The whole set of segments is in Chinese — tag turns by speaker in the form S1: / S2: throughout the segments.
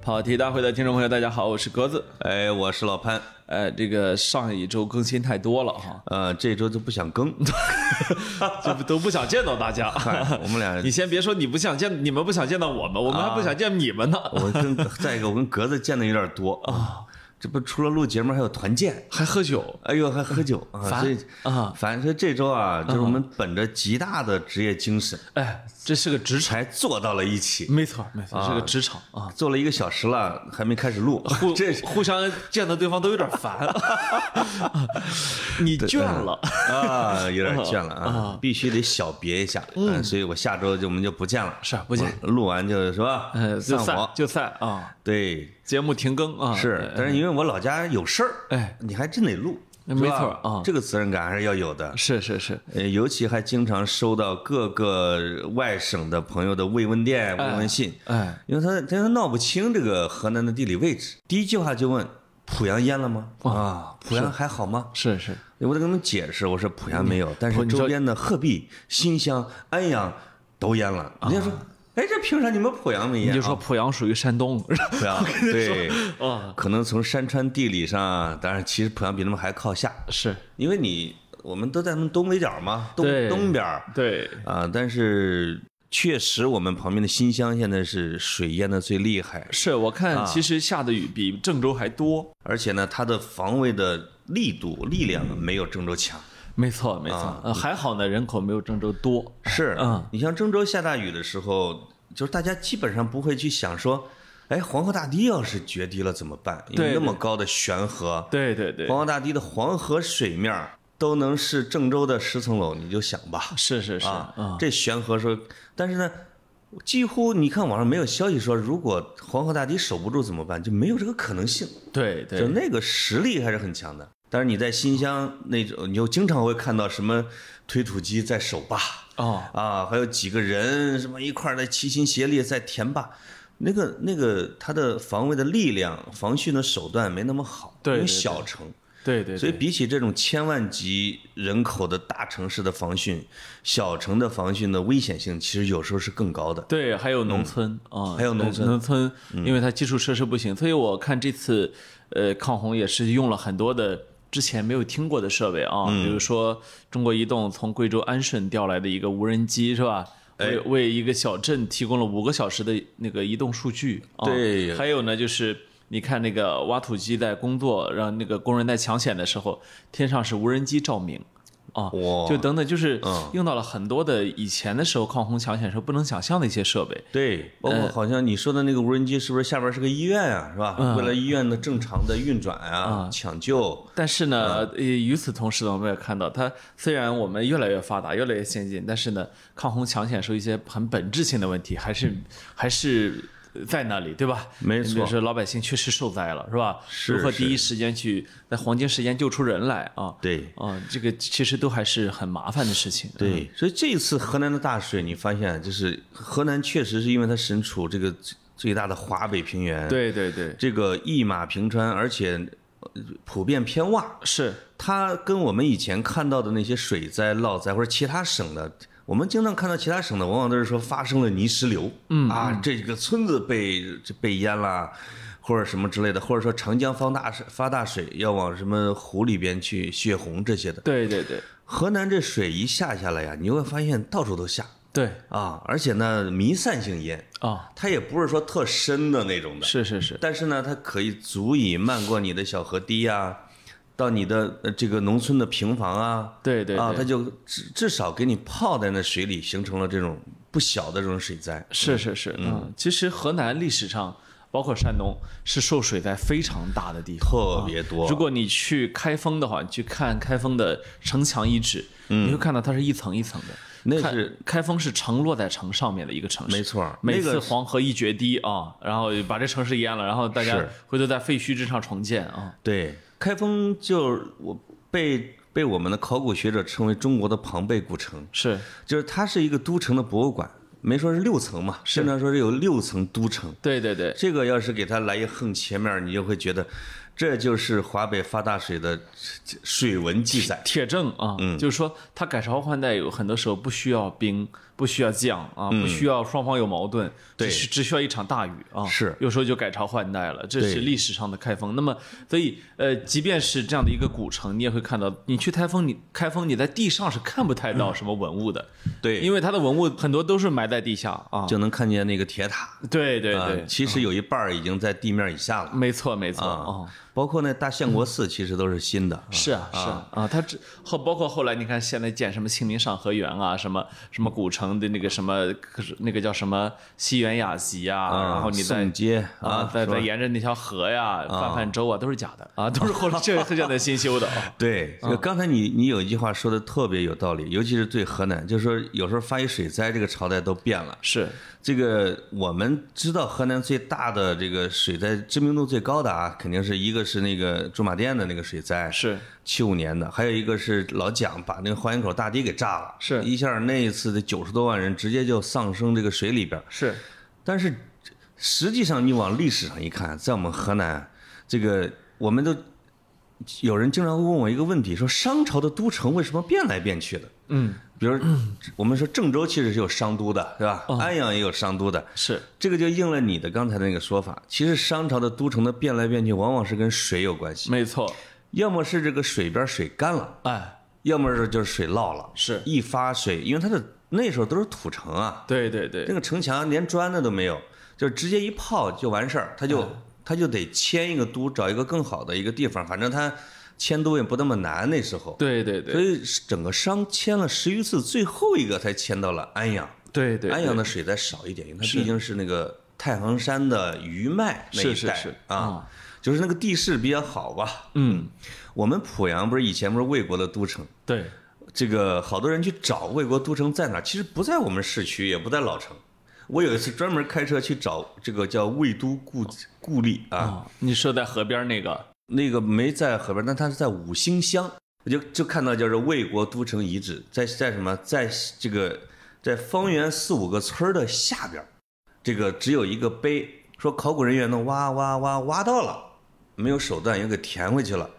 S1: 跑题大会的听众朋友，大家好，我是格子。
S2: 哎，我是老潘，
S1: 呃，这个上一周更新太多了哈，
S2: 呃，这周就不想更，
S1: 就不都不想见到大家。
S2: 嗨我们俩
S1: 你先别说你不想见，你们不想见到我们，我们还不想见你们呢。
S2: 我跟 再一个，我跟格子见的有点多
S1: 哦
S2: 啊，这不除了录节目还有团建，
S1: 还喝酒，
S2: 哎呦还喝酒啊，
S1: 烦
S2: 所以
S1: 啊嗯
S2: 反正这周啊，就是我们本着极大的职业精神，
S1: 哎，这是个职场，
S2: 才坐到了一起，
S1: 没错没错，是个职场啊。
S2: 坐了一个小时了，还没开始 录，
S1: 互
S2: 这
S1: 互相见到对方都有点烦， 你倦了。
S2: 啊有
S1: 嗯
S2: 点倦了啊，必须得小别一下，嗯，所以我下周就我们就不见了，
S1: 是啊不见
S2: 我录完就是吧，
S1: 呃， 就
S2: 散
S1: 散
S2: 伙，
S1: 就散啊，
S2: 对，
S1: 节目停更啊，
S2: 是，但是因为我老家有事儿，
S1: 哎，
S2: 你还真得录，
S1: 没
S2: 是吧
S1: 错儿啊
S2: 这个责任感还是要有的。
S1: 哎是是是，
S2: 呃，尤其还经常收到各个外省的朋友的慰问电、慰问信，
S1: 哎，
S2: 因为他他他闹不清这个河南的地理位置，第一句话就问濮阳淹了吗？啊，濮阳还好吗？
S1: 是是，
S2: 我得跟他们解释，我说濮阳没有，但
S1: 嗯不
S2: 是
S1: 你说
S2: 周边的鹤壁、新乡、安阳都淹了。人家说，哎，这凭啥你们濮阳没淹
S1: 啊你
S2: 啊？
S1: 就说濮阳属于山东，
S2: 濮阳对，
S1: 啊，
S2: 可能从山川地理上，当然其实濮阳比他们还靠下，
S1: 是
S2: 因为你我们都在他们东北角嘛，东
S1: 对
S2: 东边儿
S1: 对，
S2: 啊，但是确实我们旁边的新乡现在是水淹的最厉害，
S1: 是我
S2: 啊
S1: 看其实下的雨比郑州还多，
S2: 而且呢，它的防卫的力度力量没有郑州强。
S1: 没错没
S2: 啊
S1: 错，呃还好呢，人口没有郑州多，
S2: 是
S1: 嗯，
S2: 你像郑州下大雨的时候，就是大家基本上不会去想说，哎，黄河大堤要是决堤了怎么办？因
S1: 对
S2: 为
S1: 对
S2: 那么高的悬河，
S1: 对对对，
S2: 黄河大堤的黄河水面儿都能是郑州的十层楼，你就想吧。
S1: 是是是，
S2: 啊，
S1: 嗯，
S2: 这悬河说，但是呢，几乎你看网上没有消息说，如果黄河大堤守不住怎么办，就没有这个可能性。
S1: 对
S2: 就
S1: 对，
S2: 那个实力还是很强的。但是你在新乡那种，你就经常会看到什么推土机在守坝
S1: 哦，
S2: 啊，还有几个人什么一块儿在齐心协力在填坝。那个那个，它的防卫的力量、防汛的手段没那么好，
S1: 对
S2: 因为
S1: 对对
S2: 小城，
S1: 对对，
S2: 所以
S1: 对
S2: 比起这种千万级人口的大城市的防汛，小城的防汛的危险性其实有时候是更高的。
S1: 对，还有农村啊，
S2: 嗯还有农村嗯
S1: 农村，因为它基础设施不行，所以我看这次，呃，抗洪也是用了很多的之前没有听过的设备啊，
S2: 嗯
S1: 比如说中国移动从贵州安顺调来的一个无人机，是吧？
S2: 哎
S1: 为为一个小镇提供了五个小时的那个移动数据。啊、
S2: 对
S1: 还有呢，就是你看那个挖土机在工作，让那个工人在抢险的时候，天上是无人机照明。啊，
S2: 哇
S1: 就等等，就是
S2: 嗯
S1: 用到了很多的以前的时候抗洪抢险时候不能想象的一些设备。
S2: 对，包
S1: 呃
S2: 括好像你说的那个无人机，是不是下边是个医院啊，是吧？为了医院的正常的运转啊，抢救，
S1: 但是呢，呃，与此同时呢，我们也看到，它虽然我们越来越发达、越来越先进，但是呢，抗洪抢险时候一些很本质性的问题，还是还是在那里，对吧？
S2: 没错
S1: 比如说老百姓确实受灾了，是吧？
S2: 是
S1: 如何
S2: 是
S1: 第一时间去在黄金时间救出人来啊？
S2: 对
S1: 啊，这个其实都还是很麻烦的事情。
S2: 对，所以这一次河南的大水，你发现就是河南确实是因为它身处这个最最大的华北平原，，
S1: 对对对，
S2: 这个一马平川，而且呃普遍偏洼，
S1: 是
S2: 它跟我们以前看到的那些水灾、涝灾或者其他省的，我们经常看到其他省的，往往都是说发生了泥石流，嗯啊，这个村子被被淹了，或者什么之类的，或者说长江发大水发大水要往什么湖里边去泄洪这些的。
S1: 对对对
S2: 河南这水一下下来呀，你会发现到处都下
S1: 对
S2: 啊，而且呢弥散性淹，
S1: 啊，
S2: 它也不是说特深的那种的，
S1: 是是是，
S2: 但是呢，它可以足以漫过你的小河堤啊，到你的呃这个农村的平房啊，
S1: 对对
S2: 啊，它
S1: 对，
S2: 就至至少给你泡在那水里，形成了这种不小的这种水灾。
S1: 是是是，嗯，其实河南历史上。包括山东是受水灾非常大的地方，
S2: 特别多，
S1: 如果你去开封的话，你去看开封的城墙遗址，你会看到它是一层一层的。
S2: 嗯那
S1: 看
S2: 是
S1: 开封是城落在城上面的一个城市，
S2: 没错儿
S1: 每
S2: 那个
S1: 次黄河一决堤啊，然后把这城市淹了，然后大家
S2: 是
S1: 回头在废墟之上重建啊。
S2: 对开封就我被被我们的考古学者称为中国的庞贝古城，
S1: 是
S2: 就是它是一个都城的博物馆，没说是六层嘛，经常说是有六层都城。
S1: 对对对，
S2: 这个要是给它来一横切面，你就会觉得，这就是华北发大水的水文记载。嗯
S1: 铁证啊，就是说它改朝换代有很多时候不需要兵，不需要犟啊，不需要双方有矛盾，
S2: 嗯对
S1: 只需只需要一场大雨啊，
S2: 是
S1: 有时候就改朝换代了，这是
S2: 对
S1: 历史上的开封。那么，所以呃，即便是这样的一个古城，你也会看到，你去开封，你开封你在地上是看不太到什么文物的，
S2: 嗯对
S1: 因为它的文物很多都是埋在地下啊。
S2: 就能看见那个铁塔。
S1: 对对哦
S2: 啊
S1: 对，
S2: 其实有一半儿已经在地面以下了
S1: 没错没错啊
S2: 啊。，包括那大相国寺，其实都是新的。
S1: 是啊，是啊，啊，它这后包括后来你看，现在建什么清明上河园啊，什么什么古城的那个什么，可是那个叫什么西园雅集啊，然后你再
S2: 宋街
S1: 啊，再再沿着那条河呀、泛泛舟啊，都是假的啊，都是后来这这样的新修的。 哦
S2: 对，就刚才你你有一句话说的特别有道理，尤其是对河南，就是说有时候发于水灾，这个朝代都变了。
S1: 是
S2: 这个我们知道河南最大的这个水灾知名度最高的啊，肯定是一个是那个驻马店的那个水灾，
S1: 是，
S2: 七五年的，还有一个是老蒋把那个花园口大堤给炸了，
S1: 是
S2: 一下那一次的九十多万人直接就丧生这个水里边儿。
S1: 是，
S2: 但是实际上你往历史上一看，在我们河南，这个我们都有人经常会问我一个问题，说商朝的都城为什么变来变去的？
S1: 嗯，
S2: 比如我们说郑州其实是有商都的，对
S1: 哦
S2: 吧？安阳也有商都的，
S1: 是
S2: 这个就应了你的刚才那个说法。其实商朝的都城的变来变去，往往是跟水有关系，
S1: 没错，
S2: 要么是这个水边水干了，
S1: 哎，
S2: 要么是就是水涝了，
S1: 是
S2: 一发水，因为它的那时候都是土城啊，
S1: 对对对
S2: 那，个城墙连砖的都没有，就直接一泡就完事儿，他就他就得迁一个都，找一个更好的一个地方，反正他迁都也不那么难那时候。
S1: 对对
S2: 所
S1: 对，
S2: 以整个商迁了十余次，最后一个才迁到了安阳。
S1: 对对，
S2: 安
S1: 对
S2: 阳的水再少一点，因为它毕竟是那个太行山的余脉那
S1: 是
S2: 一
S1: 是
S2: 带
S1: 是
S2: 啊，就是那个地势比较好吧。
S1: 嗯，
S2: 我们濮阳不是以前不是魏国的都城，
S1: 对，
S2: 这个好多人去找魏国都城在哪儿，其实不在我们市区，也不在老城。我有一次专门开车去找这个叫魏都故故里啊，
S1: 啊，你说在河边那个，
S2: 那个没在河边，但它是在五星乡，我就就看到叫做魏国都城遗址，在在什么，在这个在方圆四五个村儿的下边儿，这个只有一个碑，说考古人员呢挖挖挖挖到了，没有手段又给填回去了。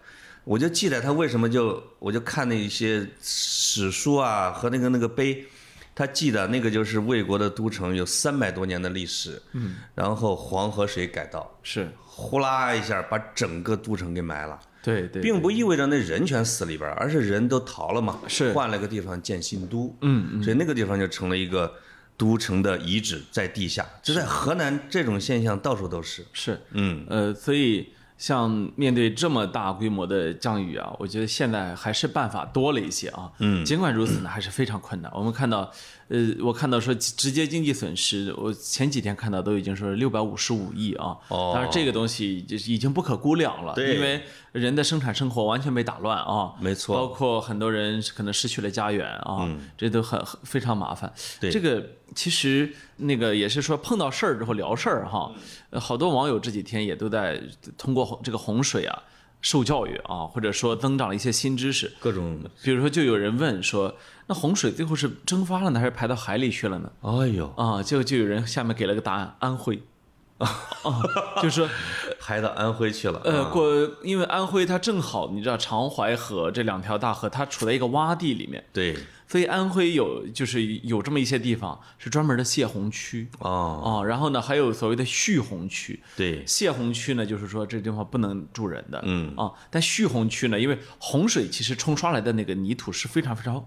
S2: 我就记得他为什么就我就看那一些史书啊和那个那个碑，他记得那个就是魏国的都城有三百多年的历史，嗯，然后黄河水改道，
S1: 是
S2: 呼啦一下把整个都城给埋了，
S1: 对对，对
S2: 并不意味着那人全死里边儿，而是人都逃了嘛，
S1: 是
S2: 换了个地方建新都，
S1: 嗯
S2: 嗯，所以那个地方就成了一个都城的遗址，在地下。就在河南，这种现象到处都是。
S1: 是，
S2: 嗯，
S1: 呃，所以像面对这么大规模的降雨啊，我觉得现在还是办法多了一些啊。嗯，尽管如此呢，还是非常困难。我们看到，呃，我看到说直接经济损失，我前几天看到都已经说六百五十五亿啊。
S2: 哦
S1: 当然这个东西就是已经不可估量了，
S2: 对嗯
S1: 因为人的生产生活完全被打乱啊。
S2: 没
S1: 包
S2: 错，嗯
S1: 括很多人可能失去了家园啊，这都很很非常麻烦。
S2: 对
S1: 这个其实那个也是说碰到事儿之后聊事儿哈，
S2: 嗯
S1: 呃好多网友这几天也都在通过洪这个洪水啊受教育啊，或者说增长了一些新知识。
S2: 各种，
S1: 比如说，就有人问说，那洪水最后是蒸发了呢，还是排到海里去了呢？
S2: 哎呦，
S1: 啊，就就有人下面给了个答案，安徽。 啊，就是说
S2: 排到安徽去了。
S1: 呃，
S2: 啊，
S1: 过，因为安徽它正好，你知道长淮河这两条大河，它处在一个洼地里面，
S2: 对，
S1: 所以安徽有就是有这么一些地方是专门的泄洪区啊、
S2: 哦，
S1: 然后呢，还有所谓的蓄洪区。
S2: 对，
S1: 泄洪区呢，就是说这地方不能住人的，
S2: 嗯
S1: 啊，但蓄洪区呢，因为洪水其实冲刷来的那个泥土是非常非常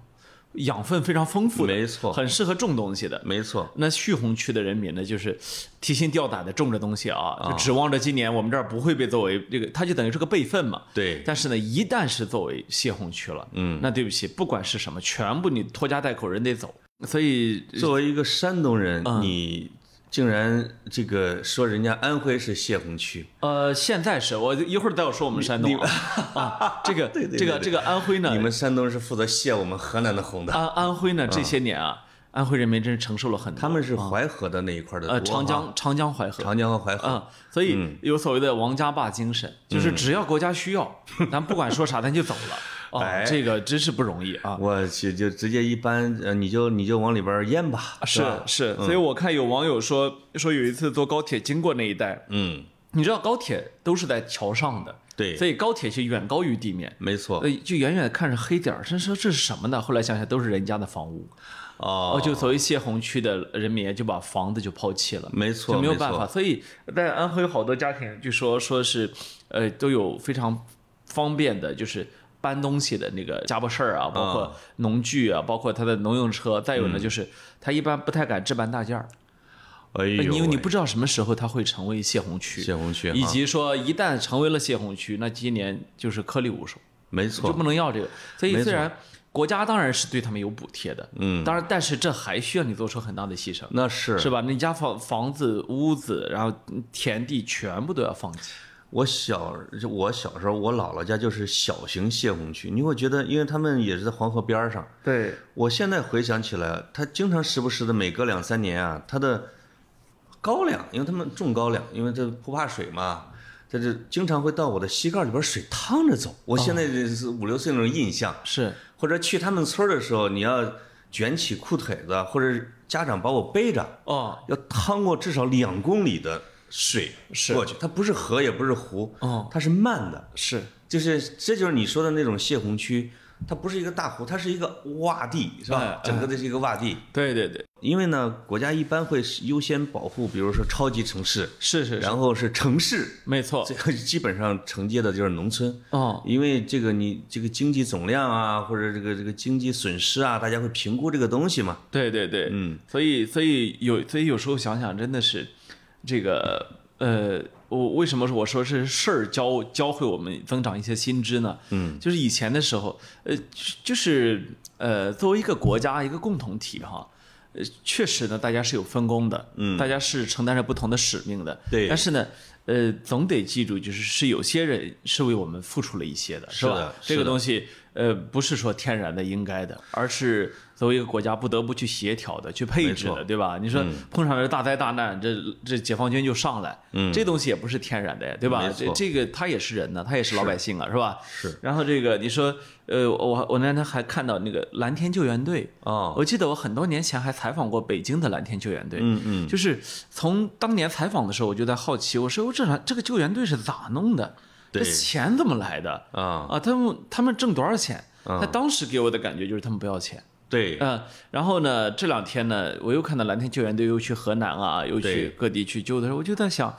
S1: 养分非常丰富的，
S2: 没错
S1: 很适合种东西的。
S2: 没错，
S1: 那蓄洪区的人民呢，就是提心吊胆的种着东西啊，就指望着今年我们这儿不会被作为这个，它就等于是个备份嘛。
S2: 对，
S1: 但是呢，一旦是作为泄洪区了，嗯，那对不起，不管是什么，全部你拖家带口人得走。所以，
S2: 作为一个山东人，
S1: 嗯
S2: 你竟然这个说人家安徽是泄洪区，
S1: 呃，现在是我一会儿再有说我们山东啊， 啊这个
S2: 对
S1: 这个
S2: 对
S1: 这个安徽呢
S2: 你，们山东是负责泄我们河南的洪的。
S1: 安安徽呢这些年啊，安徽人民真是承受了很多。
S2: 他们是淮河的那一块的
S1: 啊呃
S2: 多
S1: 长
S2: 哈、
S1: 江长江淮河，
S2: 长江嗯和淮河。
S1: 啊，所以有所谓的王家坝精神，
S2: 嗯
S1: 就是只要国家需 要，咱不管说啥，咱就走了。啊，
S2: 哎
S1: 这个真是不容易啊！
S2: 我去，就直接一般，呃，你就你就往里边淹吧，
S1: 啊是
S2: 吧嗯
S1: 是，所以我看有网友说说有一次坐高铁经过那一带，
S2: 嗯，
S1: 你知道高铁都是在桥上的，
S2: 对哦
S1: 所以高铁是远高于地面，
S2: 没错
S1: 呃，就远远地看着黑点儿，真说这是什么呢？后来想想都是人家的房屋，哦，就所谓泄洪区的人民就把房子就抛弃了，
S2: 没错
S1: 就没有
S2: 没
S1: 办法。
S2: 错
S1: 所以在安徽有好多家庭，据说说是，呃，都有非常方便的，就是搬东西的那个家伙事儿啊，包
S2: 哦
S1: 括农具啊，包括他的农用车。再
S2: 嗯
S1: 有呢，就是他一般不太敢置办大件儿，
S2: 哎呦喂，
S1: 因为你不知道什么时候它会成为泄洪区，
S2: 泄洪区
S1: 以
S2: 哈
S1: 及说一旦成为了泄洪区，那今年就是颗粒无收，
S2: 没
S1: 就
S2: 错，
S1: 不能要这个。所以
S2: 没
S1: 虽然国家当然是对他们有补贴的，嗯，当然，但是这还需要你做出很大的牺牲，
S2: 那是
S1: 是吧？你家房房子、屋子，然后田地全部都要放弃，
S2: 我小就我小时候，我姥姥家就是小型泄洪区，你会觉得，因为他们也是在黄河边儿上。
S1: 对，
S2: 我现在回想起来，他经常时不时的，每隔两三年啊，他的高粱，因为他们种高粱，因为这不怕水嘛，他就经常会到我的膝盖里边水淌着走。我现在是五六岁那种印象，
S1: 是
S2: 或者去他们村儿的时候，你要卷起裤腿子，或者家长把我背着，
S1: 哦，
S2: 要趟过至少两公里的水
S1: 是
S2: 过去，它不是河也不是湖，
S1: 哦，
S2: 它是慢的，
S1: 是
S2: 就是这就是你说的那种泄洪区，它不是一个大湖，它是一个洼地，是
S1: 哎
S2: 吧
S1: 哎？
S2: 整个的是一个洼地，
S1: 对对对，
S2: 因为呢，国家一般会优先保护，比如说超级城市，
S1: 是是是，
S2: 然后是城市，
S1: 没错
S2: 这，个基本上承接的就是农村。
S1: 哦，
S2: 因为这个你这个经济总量啊，或者这个这个经济损失啊，大家会评估这个东西嘛。
S1: 对对对，
S2: 嗯，
S1: 所以所以有所以有时候想想，真的是这个呃，我为什么说我说是事儿教教会我们增长一些心知呢？嗯，就是以前的时候，呃，就是呃，作为一个国家一个共同体哈。呃，确实呢，大家是有分工的，嗯，大家是承担着不同的使命的，
S2: 对
S1: 但是呢，呃，总得记住，就是是有些人是为我们付出了一些的，
S2: 是的
S1: 吧？
S2: 是
S1: 这个
S2: 的
S1: 东西，呃，不是说天然的应该的，而是作为一个国家不得不去协调的、去配置
S2: 没嗯
S1: 的，对吧？你说碰上了大灾大难，这这解放军就上来，嗯，这东西也不是天然的呀，对吧
S2: 没？
S1: 这
S2: 错
S1: 这个他也是人呢，他也是老百姓啊，是吧？
S2: 是。
S1: 然后这个你说，呃，我我那天还看到那个蓝天救援队，
S2: 哦，
S1: 我记得我很多年前还采访过北京的蓝天救援队，
S2: 嗯嗯，
S1: 就是从当年采访的时候，我就在好奇，我说哦哟这啥这个救援队是咋弄的？这
S2: 对
S1: 钱怎么来的？
S2: 啊，
S1: 啊，他们他们挣多少钱？
S2: 嗯
S1: 他当时给我的感觉就是他们不要钱。
S2: 对，
S1: 嗯、然后呢，这两天呢，我又看到蓝天救援队又去河南啊，又去
S2: 对
S1: 各地去救的时候，我就在想，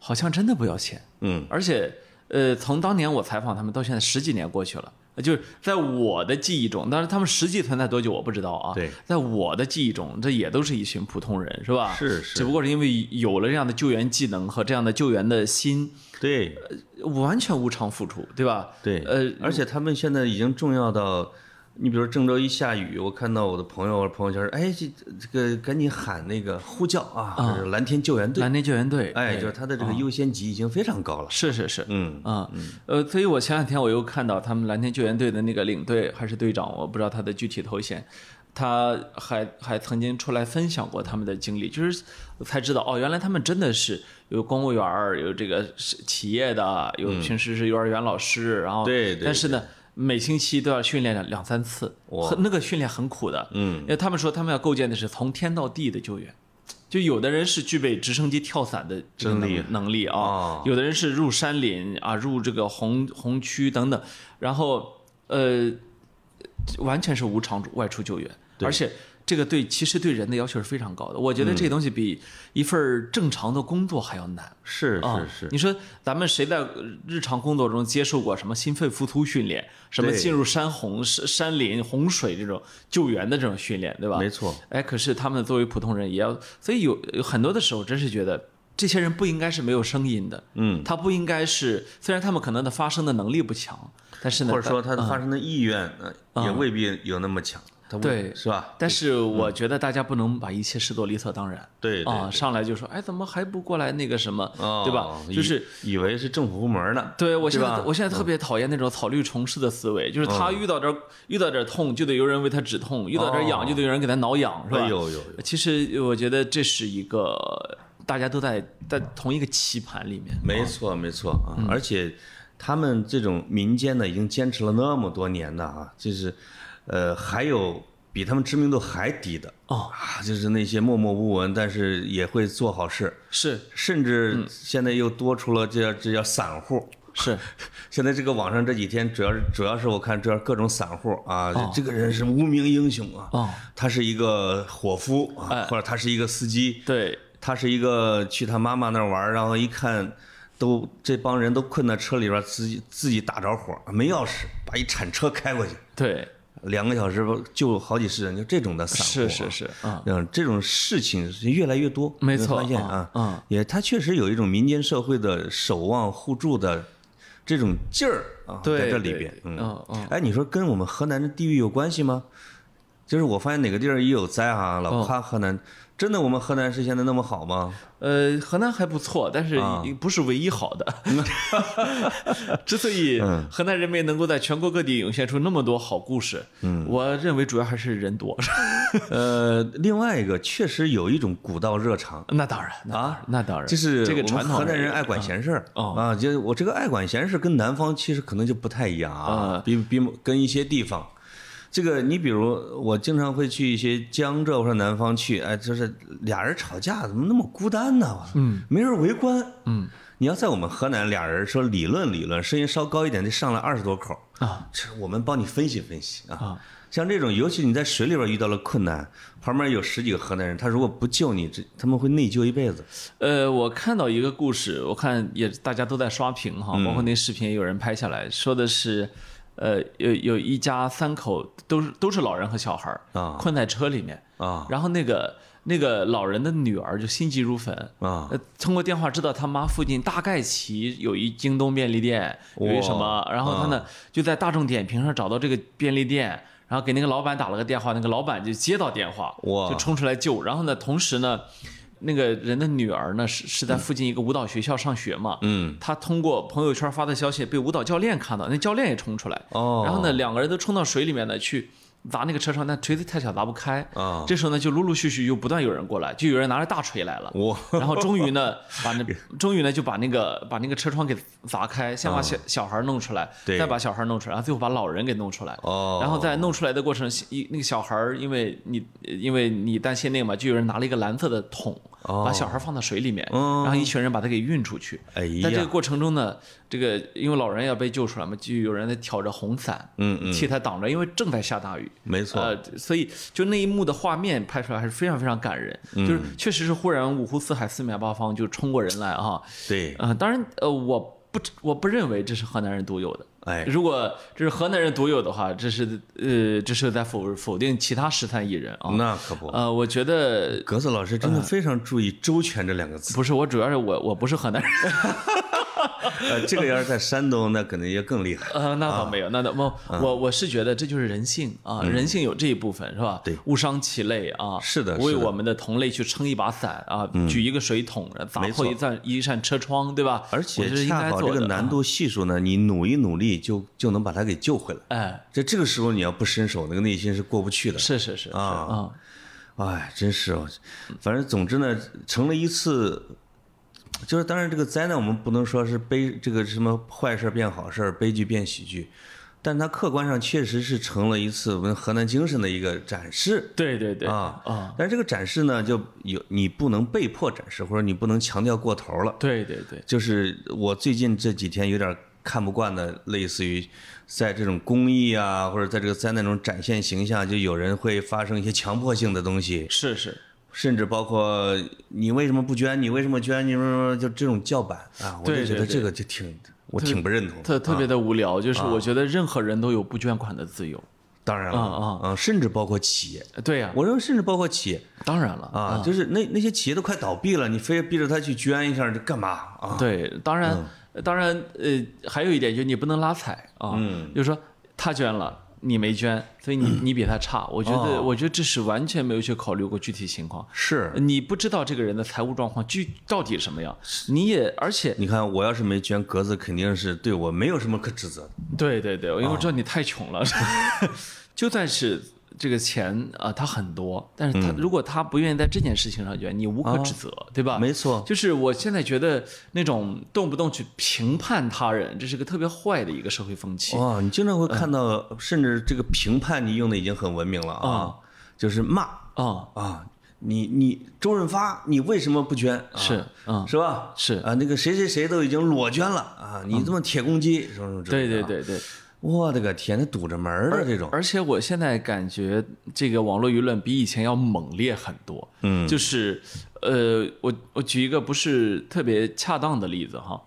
S1: 好像真的不要钱。
S2: 嗯，
S1: 而且，呃，从当年我采访他们到现在十几年过去了，呃就是在我的记忆中，当然他们实际存在多久我不知道啊。
S2: 对，
S1: 在我的记忆中，这也都是一群普通人，是吧？
S2: 是是
S1: 只不过是因为有了这样的救援技能和这样的救援的心，
S2: 对
S1: 完全无偿付出，对吧？
S2: 对，
S1: 呃，
S2: 而且他们现在已经重要到，你比如郑州一下雨，我看到我的朋友朋友圈，哎，这这个赶紧喊那个呼叫啊，就是蓝天救援队，
S1: 蓝天啊救援队，
S2: 哎，
S1: 对
S2: 就是他的这个优先级已经非常高了。
S1: 是是是，
S2: 嗯
S1: 啊，呃，所以我前两天我又看到他们蓝天救援队的那个领队还是队长，我不知道他的具体头衔，他还还曾经出来分享过他们的经历，就是我才知道哦，原来他们真的是有公务员儿，有这个是企业的，有平时是幼儿园老师，然后
S2: 对对
S1: 但是呢。每星期都要训练两两三次，
S2: 哇
S1: 很那个训练很苦的。
S2: 嗯，
S1: 因为他们说他们要构建的是从天到地的救援，就有的人是具备直升机跳伞的这个
S2: 真
S1: 能
S2: 厉害
S1: 能力啊，
S2: 哦
S1: 有的人是入山林啊，入这个红红区等等，然后呃，完全是无偿外出救援，而且这个对其实对人的要求是非常高的。我觉得这东西比一份儿正常的工作还要难。
S2: 是
S1: 啊
S2: 是是，
S1: 你说咱们谁在日常工作中接受过什么心肺复苏训练，什么
S2: 对
S1: 进入山洪、山山林、洪水这种救援的这种训练，对吧？
S2: 没错，
S1: 哎，可是他们作为普通人也要，所以有有很多的时候，真是觉得这些人不应该是没有声音的，
S2: 嗯，
S1: 他不应该是，虽然他们可能的发声的能力不强，但是呢，
S2: 或者说他的
S1: 嗯
S2: 发生的意愿呃也未必有那么强，他未
S1: 啊对
S2: 是吧？
S1: 但是我觉得大家不能把一切视作理所当然。
S2: 嗯对对
S1: 啊，上来就说，哎，怎么还不过来那个什么，
S2: 哦
S1: 对吧？
S2: 以
S1: 就是
S2: 以为是政府部门呢，
S1: 对我现
S2: 对
S1: 在
S2: 吧嗯
S1: 我现在特别讨厌那种草绿虫式的思维，就是他遇到点儿遇到点儿痛就得有人为他止痛，遇到点儿痒
S2: 哦
S1: 就得有人给他挠痒，是吧？
S2: 哎呦呦呦，
S1: 其实我觉得这是一个大家都在在同一个棋盘里面。
S2: 没错没错啊，
S1: 嗯
S2: 而且他们这种民间呢，已经坚持了那么多年的啊，就是呃，还有比他们知名度还低的
S1: 哦
S2: 啊，就是那些默默无闻，但是也会做好事，
S1: 是嗯
S2: 甚至现在又多出了这这叫散户。
S1: 是
S2: 现在这个网上这几天，主要是主要是我看这各种散户啊，这个人是无名英雄啊，
S1: 哦
S2: 他是一个伙夫
S1: 哎
S2: 啊，或者他是一个司机，
S1: 对，
S2: 他是一个去他妈妈那儿玩儿，然后一看，都这帮人都困在车里边儿，自己自己打着火，没钥匙，把一铲车开过去，
S1: 对，
S2: 两个小时不救好几十人，就这种的散户、
S1: 是是。是，啊，
S2: 嗯，这种事情是越来越多，
S1: 没
S2: 你会
S1: 错
S2: 发现啊，
S1: 嗯嗯
S2: 也他确实有一种民间社会的守望互助的这种劲儿啊，
S1: 对
S2: 在这里
S1: 对
S2: 边，嗯
S1: 嗯嗯
S2: 哎，你说跟我们河南的地域有关系吗？就是我发现哪个地儿一有灾
S1: 哦
S2: 啊，老夸河南，真的我们河南是现在那么好吗？
S1: 呃，河南还不错，但是
S2: 啊
S1: 不是唯一好 的。 之所以
S2: 嗯
S1: 河南人民能够在全国各地涌现出那么多好故事，
S2: 嗯
S1: 我认为主要还是人多。
S2: 呃，另外一个确实有一种古道热肠，
S1: 那当然，那当然，啊那当然，
S2: 啊就是
S1: 这个
S2: 我们
S1: 传统
S2: 河南
S1: 而
S2: 人
S1: 已
S2: 爱管闲事儿
S1: 哦
S2: 啊，就是我这个爱管闲事儿跟南方其实可能就不太一样啊
S1: 啊，
S2: 比比跟一些地方，这个你比如我经常会去一些江浙或者南方去，哎，就是俩人吵架怎么那么孤单呢？嗯，没人围观，嗯。你要在我们河南，俩人说理论理论，声音稍高一点，得上来二十多口
S1: 啊，
S2: 这我们帮你分析分析啊
S1: 啊。
S2: 像这种，尤其你在水里边遇到了困难，旁边有十几个河南人，他如果不救你，这他们会内疚一辈子。
S1: 呃，我看到一个故事，我看也大家都在刷屏哈，
S2: 嗯
S1: 包括那视频也有人拍下来，说的是，呃，有有一家三口都是都是老人和小孩儿
S2: 啊
S1: 困在车里面
S2: 啊，
S1: 然后那个那个老人的女儿就心急如焚
S2: 啊
S1: 呃，通过电话知道他妈附近大概其有一京东便利店，有一什么，然后他
S2: 啊
S1: 呢就在大众点评上找到这个便利店。然后给那个老板打了个电话，那个老板就接到电话，
S2: 哇
S1: 就冲出来救。然后呢，同时呢，那个人的女儿呢是是在附近一个舞蹈学校上学嘛，
S2: 嗯，
S1: 她通过朋友圈发的消息被舞蹈教练看到，那教练也冲出来，
S2: 哦
S1: 然后呢，两个人都冲到水里面呢去。砸那个车窗，但锤子太小砸不开
S2: 啊
S1: 这时候呢，就陆陆续续又不断有人过来，就有人拿着大锤来了。
S2: 我
S1: 然后终于 呢，把那终于呢就把那个把那个车窗给砸开，先把小、小孩弄出来，
S2: 嗯对
S1: 再把小孩弄出来，然后最后把老人给弄出来。
S2: 哦，
S1: 然后在弄出来的过程，一那个小孩儿，因为你因为你担心那个嘛，就有人拿了一个蓝色的桶，
S2: 哦
S1: 把小孩儿放到水里面，
S2: 嗯
S1: 然后一群人把他给运出去。
S2: 哎呀，
S1: 在这个过程中呢，这个因为老人要被救出来嘛，就有人在挑着红伞，
S2: 嗯嗯，
S1: 替他挡着，因为正在下大雨。
S2: 没错，
S1: 呃，所以就那一幕的画面拍出来还是非常非常感人，
S2: 嗯
S1: 就是确实是忽然五湖四海四面八方就冲过人来啊，
S2: 对，
S1: 呃，当然呃我不我不认为这是河南人独有的，
S2: 哎，
S1: 如果这是河南人独有的话，这是呃这是在否否定其他十三亿人啊，
S2: 那可不，
S1: 呃，我觉得
S2: 格子老师真的非常注意“周全”这两个字。
S1: 不是，我主要是我我不是河南人，
S2: 呃，这个要是在山东，那可能也更厉害。
S1: 呃，那
S2: 啊
S1: 倒没有，那倒不，我我是觉得这就是人性啊，人性有这一部分是吧？
S2: 嗯对，
S1: 误伤其类啊，
S2: 是的
S1: 为
S2: 是的
S1: 我们的同类去撑一把伞啊，举一个水桶，砸
S2: 没
S1: 破
S2: 错
S1: 一扇一扇车窗，对吧？
S2: 而
S1: 我
S2: 且
S1: 觉得应
S2: 恰
S1: 该
S2: 好
S1: 做
S2: 这个
S1: 的啊
S2: 难，度系数呢，你努一努力就就能把它给救回来。
S1: 哎，
S2: 在这个时候，你要不伸手，那个内心是过不去的。
S1: 是是是是啊
S2: 啊，哎，真是哦，反正总之呢，成了一次，就是当然这个灾难我们不能说是悲这个什么坏事儿变好事儿，悲剧变喜剧，但它客观上确实是成了一次我们河南精神的一个展示
S1: 对对对
S2: 啊
S1: 啊，
S2: 但是这个展示呢，就有你不能被迫展示，或者你不能强调过头了。
S1: 对对对，
S2: 就是我最近这几天有点看不惯的，类似于在这种公益啊，或者在这个灾难中展现形象，就有人会发生一些强迫性的东西，
S1: 是是，
S2: 甚至包括你为什么不捐，你为什么捐，你为什么就这种叫板啊，我
S1: 对
S2: 就觉
S1: 对对
S2: 得这个就挺我挺不认同的。
S1: 特特别的无聊，就是
S2: 啊
S1: 我觉得任何人都有不捐款的自由，
S2: 当然了
S1: 啊
S2: 啊，甚至包括企业，
S1: 对呀，
S2: 我认为甚至包括企业
S1: 当然了。
S2: 啊，就是那那些企业都快倒闭了，你非要逼着他去捐一下，这干嘛啊？
S1: 对，当然，当然，呃，还有一点就是你不能拉踩啊，
S2: 嗯
S1: 就是说他捐了。你没捐，所以你你比他差，我觉得，我觉得这是完全没有去考虑过具体情况，
S2: 哦是，
S1: 你不知道这个人的财务状况具到底什么样，你也而且
S2: 你看我要是没捐，格子肯定是对我没有什么可指责的。
S1: 对对对，因为
S2: 哦
S1: 我知道你太穷 了，就算是这个钱啊、他很多，但是
S2: 嗯
S1: 他、如果他不愿意在这件事情上捐，你无可
S2: 哦
S1: 指责，对吧？
S2: 没错，
S1: 就是我现在觉得那种动不动去评判他人，这是个特别坏的一个社会风气。
S2: 哇，你经常会
S1: 嗯
S2: 看到，甚至这个评判你用的已经很文明了啊，就是骂
S1: 啊、
S2: 啊，你你周润发，你为什么不捐？啊
S1: 是嗯
S2: 是吧？
S1: 是
S2: 啊，那个谁谁谁都已经裸捐了啊，你这么铁公鸡什么什么之类
S1: 对
S2: 的
S1: 对
S2: 啊，
S1: 对对。
S2: 我的个天，那堵着门儿的这种，
S1: 而且我现在感觉这个网络舆论比以前要猛烈很多。嗯，就是呃，我我举一个不是特别恰当的例子哈，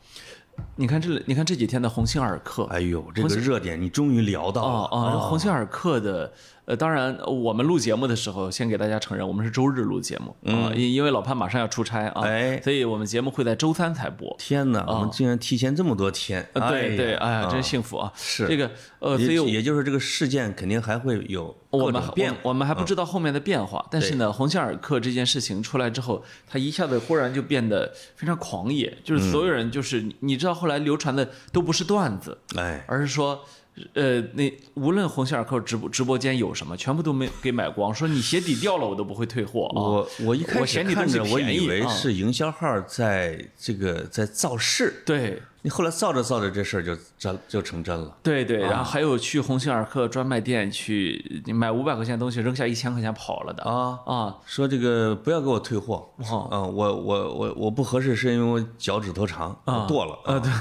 S1: 你看这你看这几天的鸿星尔克，
S2: 哎呦，这个热点你终于聊到
S1: 哦
S2: 了，
S1: 哦，鸿星尔克的，呃，当然呃我们录节目的时候，先给大家承认，我们是周日录节目啊，因因为老潘马上要出差啊，
S2: 嗯哎
S1: 所以我们节目会在周三才播。
S2: 天哪，我们竟然提前这么多天，
S1: 哦呃
S2: 哎呀
S1: 对对，哎呀，
S2: 啊
S1: 真幸福啊！
S2: 是
S1: 这个，呃，所以
S2: 也
S1: 我
S2: 也就是这个事件肯定还会有
S1: 我
S2: 各
S1: 们
S2: 种
S1: 还
S2: 变嗯
S1: 我我们还不知道后面的变化，但是呢，鸿星尔克这件事情出来之后，他一下子忽然就变得非常狂野，
S2: 嗯
S1: 就是所有人就是、你你知道后来流传的都不是段子，
S2: 哎，
S1: 而是说，呃，那无论鸿星尔克直播直播间有什么，全部都没给买光，说你鞋底掉了我都不会退货啊。
S2: 我我一开
S1: 我
S2: 始
S1: 嫌你
S2: 看
S1: 东西
S2: 着我
S1: 便
S2: 以
S1: 宜
S2: 为
S1: 啊
S2: 是营销号在这个在造势，
S1: 对
S2: 你后来造着造着这事儿就真就成真了。
S1: 对对，然后还有去鸿星尔克专卖店去你买五百块钱的东西，扔下一千块钱跑了的
S2: 啊
S1: 啊，
S2: 说这个不要给我退货，嗯，我我我我不合适，是因为我脚趾头长，我剁了啊。对，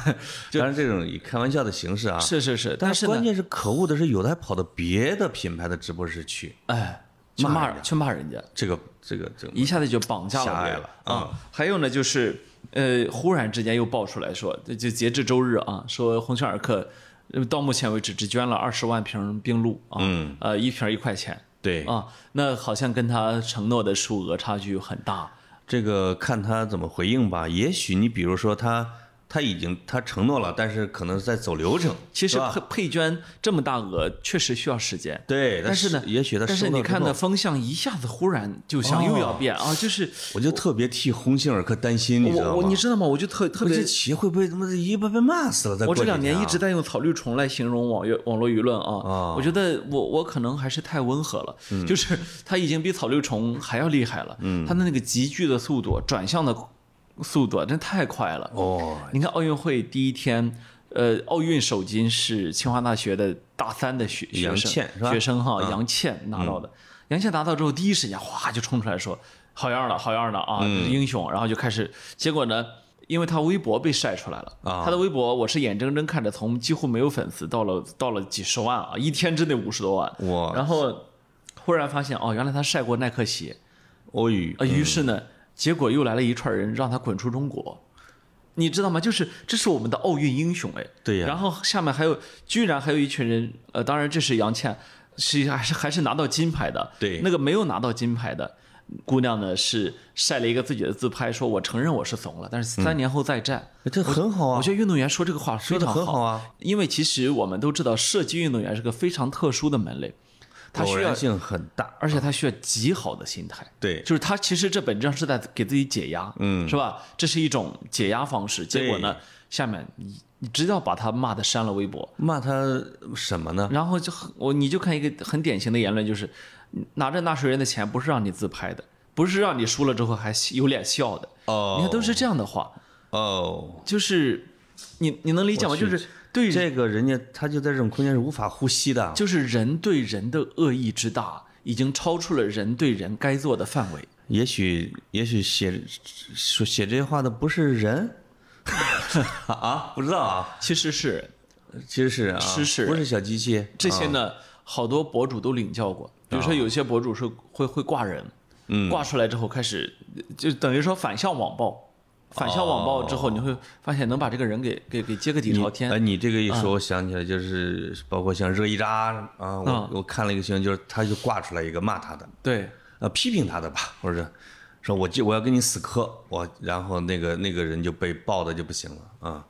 S2: 当然这种以开玩笑的形式啊，
S1: 是是是，但
S2: 但
S1: 是
S2: 关
S1: 呢，
S2: 键是可恶的是，有的还跑到别的品牌的直播室去，
S1: 哎，去骂人去骂人家，
S2: 这个这个这个
S1: 一下子就绑架
S2: 嗯狭
S1: 了
S2: 隘
S1: 别人
S2: 了嗯
S1: 啊。还有呢，就是呃，忽然之间又爆出来说，就就截至周日啊，说鸿星尔克呃到目前为止只捐了二十万瓶冰露啊，
S2: 嗯
S1: 呃，一瓶一块钱
S2: 对
S1: 啊，那好像跟他承诺的数额差距很大。
S2: 这个看他怎么回应吧。也许你比如说他他已经他承诺了，但是可能在走流程，
S1: 其实
S2: 是吧
S1: 配配捐这么大额，确实需要时间。
S2: 对，
S1: 但是呢，
S2: 也许他
S1: 但是
S2: 收到
S1: 你
S2: 之
S1: 看
S2: 后哦
S1: 的风向一下子忽然就想又要变啊，就是
S2: 我就特别替鸿星尔克担心，你知
S1: 我
S2: 道
S1: 我
S2: 吗？
S1: 你知道吗？我就特特
S2: 我
S1: 别
S2: 这企业会不会他妈的一被被骂死了？再
S1: 我这
S2: 过几
S1: 两年
S2: 啊哦
S1: 一直在用“草绿虫”来形容网络网络舆论啊，我觉得我我可能还是太温和了，
S2: 嗯
S1: 就是它已经比草绿虫还要厉害了，它的那个急剧的速度、转向的速度啊真太快了。
S2: 哦，
S1: 你看奥运会第一天，呃，奥运首金是清华大学的大三的学学
S2: 杨
S1: 生
S2: 倩是吧嗯
S1: 学生哈，杨倩拿到的。杨倩拿到之后，第一时间哗就冲出来说：“好样的，好样的啊，
S2: 嗯
S1: 英雄！”然后就开始，结果呢，因为她微博被晒出来了，
S2: 啊
S1: 她的微博我是眼睁睁看着从几乎没有粉丝到了到了几十万啊，一天之内五十多万，
S2: 我
S1: 然后忽然发现哦，原来她晒过耐克鞋，
S2: 哦语
S1: 啊，于是呢，结果又来了一串人让他滚出中国，你知道吗？就是这是我们的奥运英雄哎。
S2: 对呀
S1: 然后下面还有，居然还有一群人，呃，当然这是杨倩，是还是还是拿到金牌的。
S2: 对
S1: 那个没有拿到金牌的姑娘呢，是晒了一个自己的自拍，说我承认我是怂了，但是三年后再战。
S2: 这很好
S1: 我
S2: 啊，
S1: 觉得运动员说这个话非
S2: 嗯说的
S1: 常
S2: 很好啊，
S1: 因为其实我们都知道，射击运动员是个非常特殊的门类，他
S2: 偶
S1: 需要
S2: 然，性很大，
S1: 而且他需要极好的心态。
S2: 对，
S1: 就是他其实这本质上是在给自己解压，嗯，是吧？这是一种解压方式。结果呢，下面你你只要把他骂的删了微博，
S2: 骂他什么呢？
S1: 然后就很我你就看一个很典型的言论，就是嗯拿着纳税人的钱不是让你自拍的，不是让你输了之后还有脸笑的，你
S2: 哦
S1: 看都是这样的话，
S2: 哦，
S1: 就是你你能理解吗？
S2: 我去
S1: 就是对人
S2: 这个人家他就在这种空间是无法呼吸的，
S1: 就是人对人的恶意之大，已经超出了人对人该做的范围。
S2: 也许也许写说写这些话的不是人 啊，不知道啊，
S1: 其实是
S2: 其实是人啊，
S1: 是是
S2: 不是小机器
S1: 这些
S2: 啊
S1: 呢，好多博主都领教过。比如说，有些博主是会会挂人，
S2: 嗯
S1: 挂出来之后开始，就等于说反向网暴。反向网暴之后，你会发现能把这个人给给给揭个底朝
S2: 哦哎，
S1: 天。
S2: 你这个一说，我想起来，就是包括像热依扎啊，我我看了一个新闻，就是他就挂出来一个骂他的，
S1: 对，
S2: 呃，批评他的吧，或者是说我就我要跟你死磕，我然后那个那个人就被爆的就不行了啊，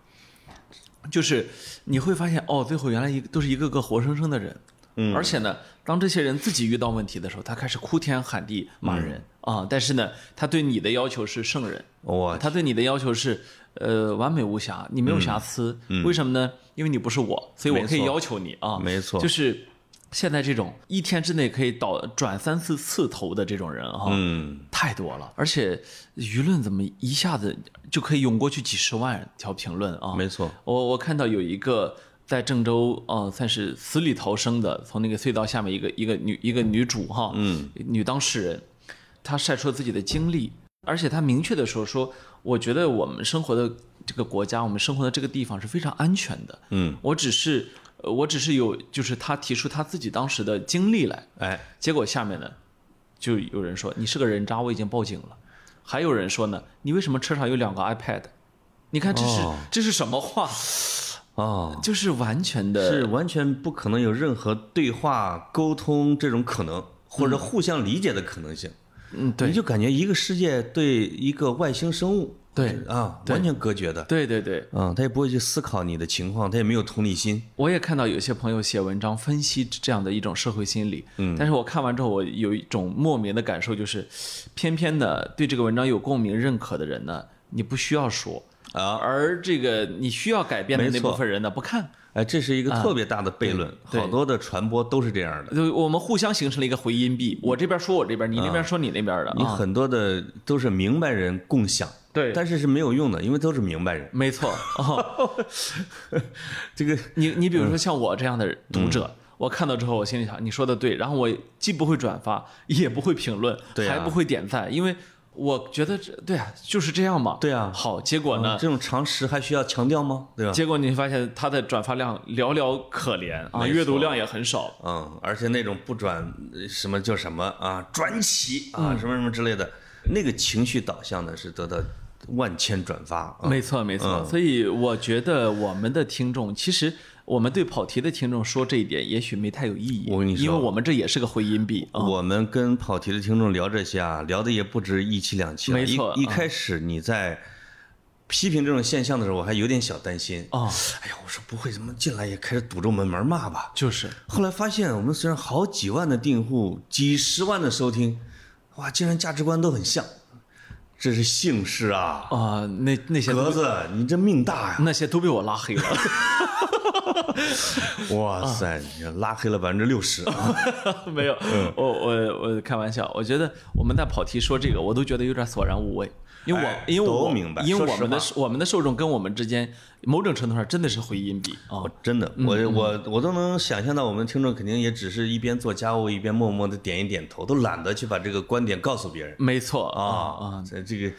S1: 就是你会发现哦，最后原来一个都是一个个活生生的人。嗯，而且呢，当这些人自己遇到问题的时候，他开始哭天喊地骂人
S2: 嗯
S1: 啊。但是呢，他对你的要求是圣人，
S2: 我
S1: 他对你的要求是，呃，完美无瑕，你没有瑕疵，为什么呢？因为你不是我，所以我可以
S2: 嗯没错
S1: 要求你啊。
S2: 没错
S1: 就是现在这种一天之内可以倒转三四次头的这种人哈、
S2: 嗯，
S1: 太多了。而且舆论怎么一下子就可以涌过去几十万条评论啊？
S2: 没错，
S1: 我我看到有一个在郑州，呃，算是死里逃生的，从那个隧道下面一个一个女一个女主哈，嗯，女当事人，他晒出了自己的经历，而且他明确的说说，我觉得我们生活的这个国家，我们生活的这个地方是非常安全的。
S2: 嗯，
S1: 我只是呃我只是有，就是他提出他自己当时的经历来，
S2: 哎，
S1: 结果下面呢，就有人说你是个人渣，我已经报警了。还有人说呢，你为什么车上有两个 iPad？你看这是、
S2: 哦
S1: 这是什么话？
S2: 哦，
S1: 就是完全的
S2: 是完全不可能有任何对话沟通这种可能，或者互相理解的可能性。
S1: 嗯，
S2: 你
S1: 对，
S2: 就感觉一个世界对一个外星生物，
S1: 对
S2: 啊，完全隔绝的。
S1: 对对对，
S2: 嗯，他也不会去思考你的情况，他也没有同理心。
S1: 我也看到有些朋友写文章分析这样的一种社会心理，嗯，但是我看完之后，我有一种莫名的感受，就是，偏偏的对这个文章有共鸣、认可的人呢，你不需要说
S2: 啊
S1: 而这个你需要改变的
S2: 没
S1: 那
S2: 错
S1: 部分人呢，不看，
S2: 哎，这是一个特别大的悖论，
S1: 啊对
S2: 好多的传播都是这样的。
S1: 就我们互相形成了一个回音壁，我这边说我这边，你那边说你那边的
S2: 你
S1: 啊，
S2: 很多的都是明白人共享，
S1: 对
S2: 但是是没有用的，因为都是明白人。
S1: 没 错，哦，
S2: 这个
S1: 你你比如
S2: 嗯
S1: 说像我这样的读者。我看到之后，我心里想，你说的对。然后我既不会转发，也不会评论，
S2: 对啊
S1: 还不会点赞，因为我觉得这对啊，就是这样嘛。
S2: 对啊
S1: 好，结果呢？
S2: 这种常识还需要强调吗？对吧？
S1: 结果你发现他的转发量寥寥可怜
S2: 没错
S1: 啊，阅读量也很少。
S2: 嗯，而且那种不转呃什么叫什么啊，转起
S1: 嗯
S2: 啊，什么什么之类的，那个情绪导向呢是得到万千转发啊。
S1: 没错，没错。所以我觉得我们的听众，其实我们对跑题的听众说这一点，也许没太有意义。
S2: 我跟你说哦
S1: 因为我们这也是个回音壁啊。
S2: 我们跟跑题的听众聊这些啊，聊的也不止一期两期了。啊
S1: 没错啊
S2: 一一开始你在批评这种现象的时候，我还有点小担心。
S1: 哦，
S2: 哎呀，我说不会怎么进来也开始堵着我们门骂吧？
S1: 就是
S2: 后来发现，我们虽然好几万的订户、几十万的收听，哇，竟然价值观都很像，这是幸事啊！
S1: 啊、那那些
S2: 格
S1: 都
S2: 子，你这命大呀！
S1: 那些都被我拉黑了。
S2: 哇塞，
S1: 啊
S2: 你拉黑了百分之六十，
S1: 没有，
S2: 嗯
S1: 我我我开玩笑，我觉得我们在跑题说这个，我都觉得有点索然无味，因为我、
S2: 哎
S1: 因为我
S2: 都明白
S1: 因为
S2: 说
S1: 我
S2: 实
S1: 们的
S2: 话
S1: 我们的受众跟我们之间某种程度上真的是回音壁啊、
S2: 哦，真的，我我我都能想象到，我们听众肯定也只是一边做家务一边默默的点一点头，都懒得去把这个观点告诉别人
S1: 没错
S2: 啊啊！这这个，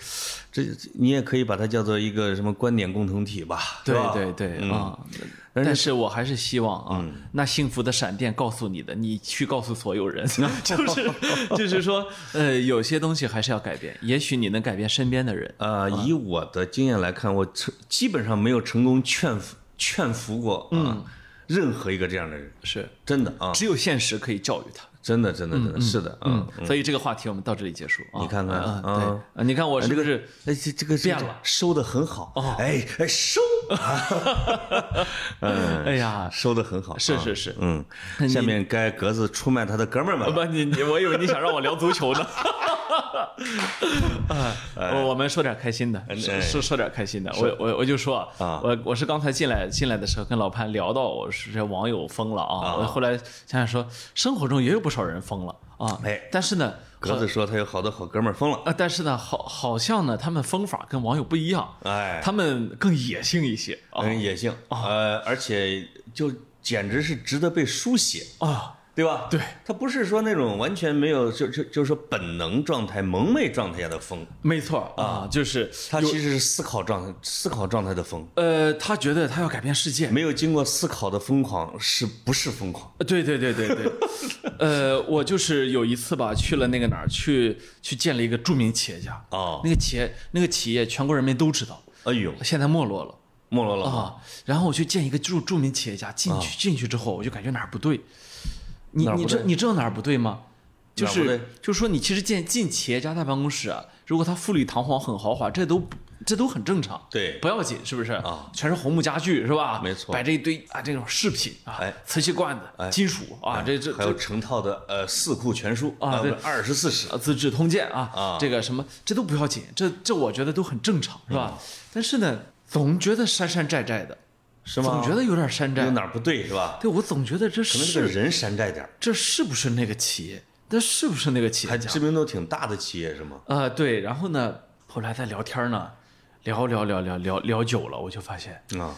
S2: 这这你也可以把它叫做一个什么观点共同体吧？
S1: 对
S2: 是吧
S1: 对对
S2: 嗯
S1: 啊、
S2: 但是嗯
S1: 但是我还是希望啊，那幸福的闪电告诉你的，你去告诉所有 人，就是就是说，呃，有些东西还是要改变，也许你能改变身边的人。
S2: 呃，以我的经验来看，我成基本上没有成功劝服劝服过啊任何一个这样的人，
S1: 嗯是，嗯
S2: 真的啊，
S1: 只有现实可以教育他。
S2: 真的真的真的是的啊。
S1: 所以这个话题我们到这里结束啊。
S2: 你看看
S1: 嗯
S2: 啊
S1: 对，啊你看我是不是
S2: 哎，这这个
S1: 变了，
S2: 收的很好哦，哎哎收，
S1: 哎呀，
S2: 收的很好，
S1: 是
S2: 啊
S1: 是是
S2: 嗯，
S1: 你呃
S2: 下面该格子出卖他的哥们儿们了，
S1: 不，你你，我以为你想让我聊足球 呢。
S2: 哎
S1: 啊，我我们说点开心的，说说说点开心的。我我我就说
S2: 啊
S1: 我我是刚才进来进来的时候跟老潘聊到，我是这网友疯了啊。我后来想想说，生活中也有不少人疯了啊。
S2: 哎
S1: 但是呢，
S2: 格子说他有好多好哥们儿疯了，
S1: 啊，但是呢，好好像呢，他们疯法跟网友不一样，
S2: 哎，
S1: 呃他们更野性一些啊
S2: 嗯也行，呃，而且就简直是值得被书写。
S1: 啊。
S2: 对吧？
S1: 对，
S2: 他不是说那种完全没有，就就就是说本能状态、蒙昧状态下的疯，
S1: 没错啊，就是
S2: 他其实是思考状态、思考状态的疯，
S1: 呃，他觉得他要改变世界，
S2: 没有经过思考的疯狂是不是疯狂？
S1: 对对对对对，呃，我就是有一次吧，去了那个哪儿，去去见了一个著名企业家，
S2: 哦，
S1: 那个企业那个企业全国人民都知道，
S2: 哎呦，
S1: 现在没落了。
S2: 没落了
S1: 啊，然后我去见一个著著名企业家，进去进去之后，我就感觉哪儿不对。你
S2: 啊哪儿不
S1: 你知
S2: 对
S1: 你知道哪儿不对吗？就
S2: 哪儿不对
S1: 是就是说，你其实见进企业家大办公室啊，如果他富丽堂皇、很豪华，这都不这都很正常，
S2: 对
S1: 不要紧，是不是
S2: 啊？
S1: 全是红木家具是吧？
S2: 没错
S1: 摆着一堆啊这种饰品啊
S2: 哎，
S1: 瓷器罐子、金属啊，这这
S2: 还有成套的呃四库全书
S1: 啊对
S2: 二十四史
S1: 啊，《资治通鉴》啊，
S2: 啊
S1: 这个什么，这都不要紧，这这我觉得都很正常，是
S2: 嗯
S1: 吧？但是呢，总觉得山山寨寨的，
S2: 是吗？
S1: 总觉得有点山寨
S2: 有。哪儿不对是吧？
S1: 对，我总觉得这
S2: 可能这个
S1: 是
S2: 人山寨点儿，
S1: 这是不是那个企业？这是不是那个企
S2: 还
S1: 业家？
S2: 知名度挺大的企业是吗？
S1: 啊、对。然后呢，后来在聊天呢，聊聊聊聊聊聊久了，我就发现，
S2: 啊，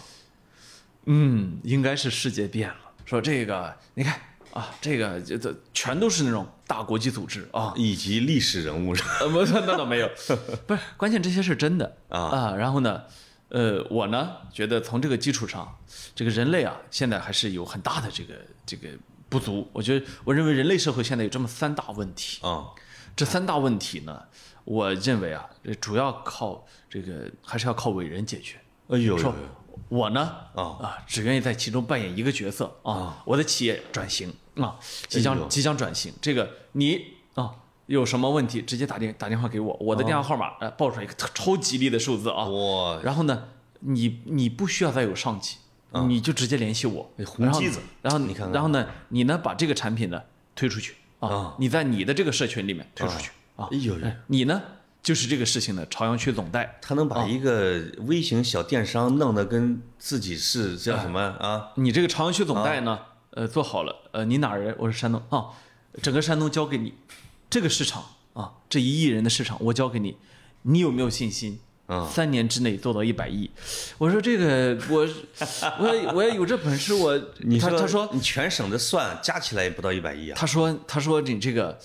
S1: 嗯，应该是世界变了。说这个，你看啊，这个这这全都是那种大国际组织啊，
S2: 以及历史人物是吧
S1: 呃，不，那倒没有， 不是，关键这些是真的
S2: 啊
S1: 然后呢，呃，我呢觉得从这个基础上，这个人类啊，现在还是有很大的这个这个不足。我觉得，我认为人类社会现在有这么三大问题。
S2: 啊，
S1: 这三大问题呢，我认为啊，这主要靠这个还是要靠伟人解决。
S2: 哎呦，
S1: 说我呢
S2: 啊
S1: 只愿意在其中扮演一个角色啊，我的企业转型啊，即
S2: 哎呦
S1: 将即将转型，这个你啊。有什么问题直接打电打电话给我，我的电话号码呃报出来一个特超吉利的数字啊。
S2: 啊哇，
S1: 然后呢，你你不需要再有上级，你就直接联系我。
S2: 啊哎红
S1: 然后
S2: 机子，
S1: 然后
S2: 你看看
S1: 然后呢，你呢把这个产品呢推出去啊，你在你的这个社群里面推出去啊。
S2: 哎呦呦，
S1: 哎你呢就是这个事情的朝阳区总代，
S2: 他能把一个微型小电商弄得跟自己是叫什么啊？
S1: 你这个朝阳区总代呢，呃，做好了，呃，你哪人？我是山东啊，整个山东交给你，这个市场啊，这一亿人的市场我交给你，你有没有信心？
S2: 啊
S1: 三年之内做到一百亿，我说这个我我我也有这本事，我
S2: 你
S1: 他他说
S2: 你全省的算加起来也不到一百亿啊！
S1: 他说他说你这个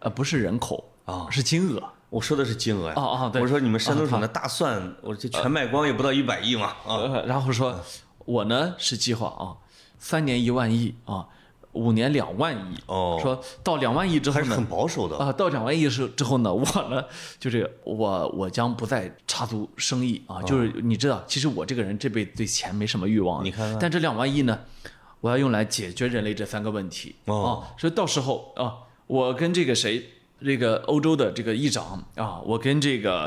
S1: 呃不是人口啊，是金额，
S2: 我说的是金额呀。
S1: 哦哦对
S2: 我说你们山东省的大蒜，我这全卖光也不到一百亿嘛啊！
S1: 呃，然后说，我呢是计划啊，三年一万亿啊，五年两万亿。
S2: 哦
S1: 说到两万亿之后
S2: 还是
S1: 呢
S2: 很，保守的。
S1: 啊，到两万亿是之后呢， 我呢就这个，我我将不再插足生意啊，就是你知道，其实我这个人这辈子对钱没什么欲望的，
S2: 哦你看看
S1: 但这两万亿呢，我要用来解决人类这三个问题
S2: 哦
S1: 啊，所以到时候啊，我跟这个谁。这个欧洲的这个议长啊，我跟这个，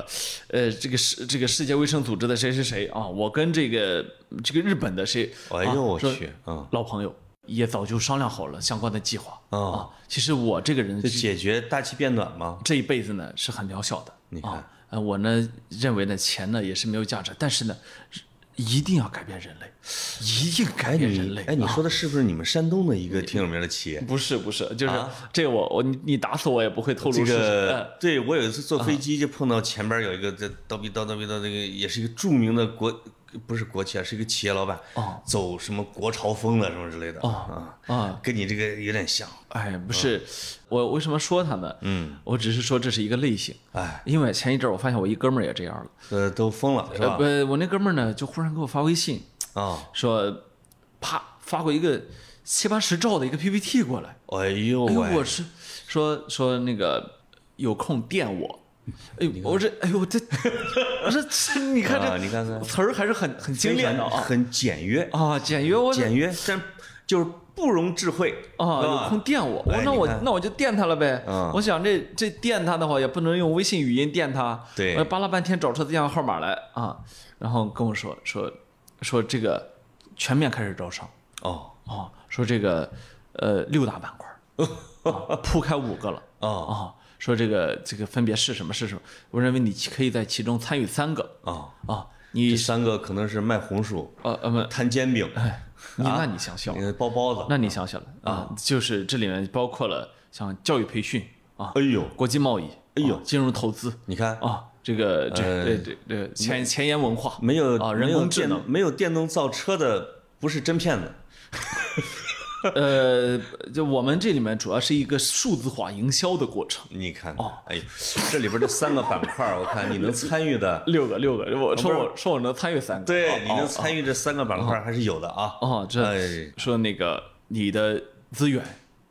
S1: 呃，这个世这个世界卫生组织的谁谁谁啊，我跟这个这个日本的谁，
S2: 哎
S1: 啊
S2: 呦我
S1: 说
S2: 去，嗯，
S1: 老朋友也早就商量好了相关的计划、
S2: 哦
S1: 啊。其实我这个人
S2: 这
S1: 是
S2: 解决大气变暖吗？
S1: 这一辈子呢是很渺小的。
S2: 你看
S1: 啊，呃，我呢认为呢钱呢也是没有价值，但是呢，一定要改变人类，一定改变人类。
S2: 哎，你
S1: 啊
S2: 说的是不是你们山东的一个挺有名的企业？
S1: 不是不是，就是、这个我我你你打死我也不会透露
S2: 这
S1: 是谁呃
S2: 个对我有一次坐飞机就碰到前边有一个这叨逼叨叨逼叨，这个也是一个著名的国不是国企啊，是一个企业老板，
S1: 哦
S2: 走什么国潮风了什么之类的啊
S1: 啊，
S2: 跟你这个有点像。
S1: 哎，不是，我为什么说他呢？嗯，我只是说这是一个类型。
S2: 哎，
S1: 因为前一阵儿我发现我一哥们儿也这样了，
S2: 呃，都疯了是
S1: 呃，
S2: 吧
S1: 不？，我那哥们儿呢就忽然给我发微信
S2: 啊，
S1: 说，啪发过一个七八十兆的一个 PPT 过来，
S2: 哎呦
S1: 哎呦，
S2: 喂，
S1: 我是说说那个有空电我。哎呦，我这，哎呦，我这，我这，这你看这，
S2: 啊你看看
S1: 词儿还是很很精炼的
S2: 非常
S1: 啊
S2: 很简约，
S1: 啊，简约，我
S2: 简约，但就是不容智慧
S1: 啊，
S2: 是
S1: 有
S2: 吧
S1: 空电我，我
S2: 哎
S1: 那
S2: 你
S1: 我
S2: 看
S1: 那我就电他了呗
S2: 嗯。
S1: 我想这这电他的话，也不能用微信语音电他，
S2: 对
S1: 我扒拉半天找出他电话号码来啊，然后跟我说说说这个全面开始招商
S2: 哦
S1: 啊，说这个呃六大板块儿啊铺开五个了。
S2: 哦
S1: 啊，说这个这个分别是什么是什么？我认为你可以在其中参与三个
S2: 哦，
S1: 啊，
S2: 这
S1: 你
S2: 三个可能是卖红薯、
S1: 呃呃不，
S2: 摊煎饼、
S1: 你那你想想，
S2: 呃包包子，
S1: 哎那你想想了啊，就是这里面包括了像教育培训啊、
S2: 哎呦，
S1: 国际贸易、
S2: 哎呦
S1: 啊金融投资
S2: 你看
S1: 啊，这个这个对对对前前沿文化
S2: 没有
S1: 啊，人
S2: 没有
S1: 工智
S2: 电
S1: 能
S2: 没有电动造车的不是真骗子，
S1: 呃，就我们这里面主要是一个数字化营销的过程。
S2: 你看看，哎呦，这里边这三个板块儿，我看你能参与的，
S1: 六个六个，我说
S2: 哦不是
S1: 我说我能参与三个，哦
S2: 对，你能
S1: 哦
S2: 参与这三个板块儿还是有的啊。
S1: 哦，这
S2: 哎
S1: 说那个你的资源、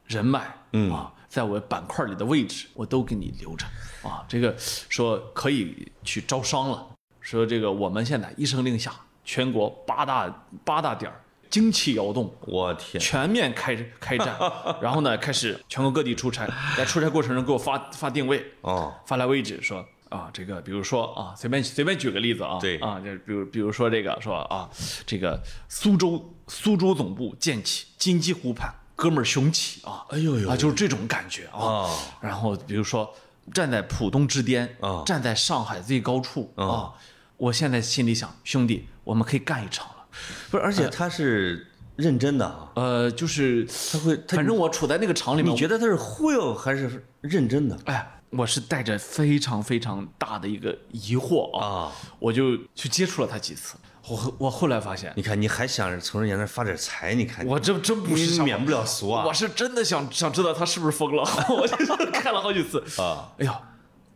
S1: 人脉，嗯啊，在我板块里的位置，我都给你留着啊。这个说可以去招商了，说这个我们现在一声令下，全国八大八大点儿精气摇动。
S2: 我天，
S1: 全面开开战，然后呢，开始全国各地出差，在出差过程中给我发发定位，
S2: 哦，
S1: 发来位置说啊，这个比如说啊，随便随便举个例子啊，
S2: 对
S1: 啊，就是比如比如说这个说啊，这个苏州苏州总部建起，金鸡湖畔，哥们儿雄起啊，
S2: 哎呦呦
S1: 啊，就是这种感觉啊。
S2: 哦，
S1: 然后比如说站在浦东之巅
S2: 啊
S1: 站在上海最高处啊，我现在心里想，兄弟，我们可以干一场了。
S2: 不是，而且他是认真的啊，
S1: 呃，就是
S2: 他会，他
S1: 反正我处在那个场里面，
S2: 你觉得他是忽悠还是认真的
S1: 哎，我是带着非常非常大的一个疑惑啊，
S2: 啊？
S1: 我就去接触了他几次。我后我后来发现，
S2: 你看，你还想着从人家那儿发点财？你看，
S1: 我这真不是
S2: 你
S1: 想
S2: 免不了俗啊
S1: 我是真的想想知道他是不是疯了， 我就是看了好几次。
S2: 啊！
S1: 哎呀，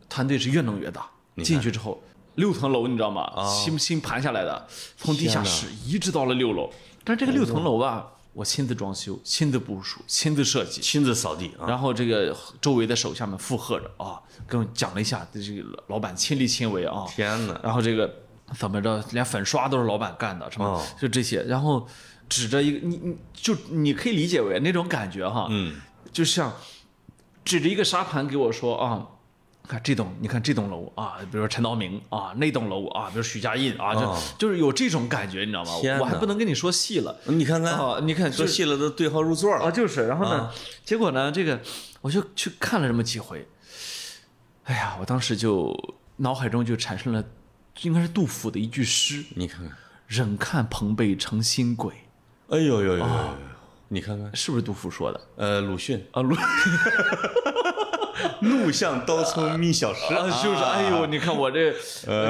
S1: 团队是越弄越大，进去之后六层楼你知道吗？新新盘下来的，从地下室一直到了六楼。但是这个六层楼吧，我亲自装修、亲自部署、亲自设计，
S2: 亲自扫地啊！
S1: 然后这个周围的手下们附和着啊，跟我讲了一下，这个老板亲力亲为啊。
S2: 天哪！
S1: 然后这个怎么着，连粉刷都是老板干的，什么、
S2: 哦
S1: 就这些。然后指着一个你你就你可以理解为那种感觉哈，
S2: 嗯，
S1: 就像指着一个沙盘给我说啊。看这栋，你看这栋楼啊，比如说陈道明啊，那栋楼啊，比如许家印啊，就、
S2: 哦
S1: 就是有这种感觉，你知道吗
S2: 天？
S1: 我还
S2: 哪嗯
S1: 不能跟你说细了
S2: 你看看，
S1: 啊，你看
S2: 说
S1: 就是
S2: 细了都对号入座
S1: 啊，
S2: 了。
S1: 就是，然后呢，
S2: 嗯
S1: 结果呢，这个我就去看了这么几回，哎呀，我当时就脑海中就产生了，应该是杜甫的一句诗
S2: 你看看，：“
S1: 忍看彭贝成新鬼
S2: 哎呦呦呦呦呦呦！你看看”，
S1: 是不是杜甫说的？
S2: 呃，鲁迅
S1: 啊，鲁 啊，
S2: 怒向刀葱眯小时，
S1: 就是，哎呦，你看我这，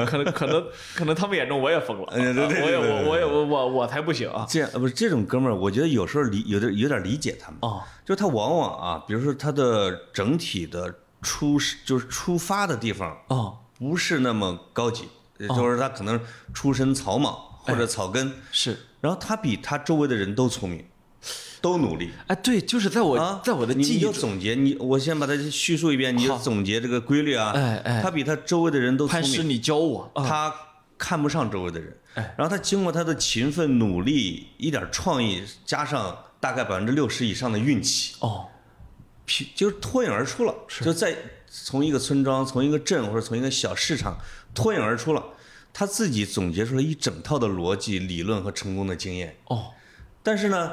S1: 可能可能可能他们眼中我也疯了，啊
S2: 哎对对对
S1: 我也
S2: 对对
S1: 我我也我我我才不行啊！
S2: 这样呃不是这种哥们儿，我觉得有时候理有点有点理解他们，
S1: 哦，
S2: 就是他往往啊，比如说他的整体的出就是出发的地方
S1: 哦，
S2: 不是那么高级，呃就是他可能出身草莽
S1: 哎
S2: 或者草根，
S1: 是，
S2: 然后他比他周围的人都聪明，都努力。
S1: 哎，对，就是在我、
S2: 啊，
S1: 在我的
S2: 你
S1: 记忆
S2: 你就
S1: 中，
S2: 总结你，我先把它叙述一遍，你就总结这个规律啊。
S1: 哎哎
S2: 他比他周围的人都聪
S1: 潘石
S2: 明，
S1: 你教我啊，
S2: 他看不上周围的人
S1: 哎。
S2: 然后他经过他的勤奋努力，一点创意，加上大概百分之六十以上的运气，
S1: 哦，
S2: 匹就是脱颖而出了，就在从一个村庄、从一个镇或者从一个小市场脱颖而出了。他自己总结出了一整套的逻辑、理论和成功的经验。
S1: 哦，
S2: 但是呢，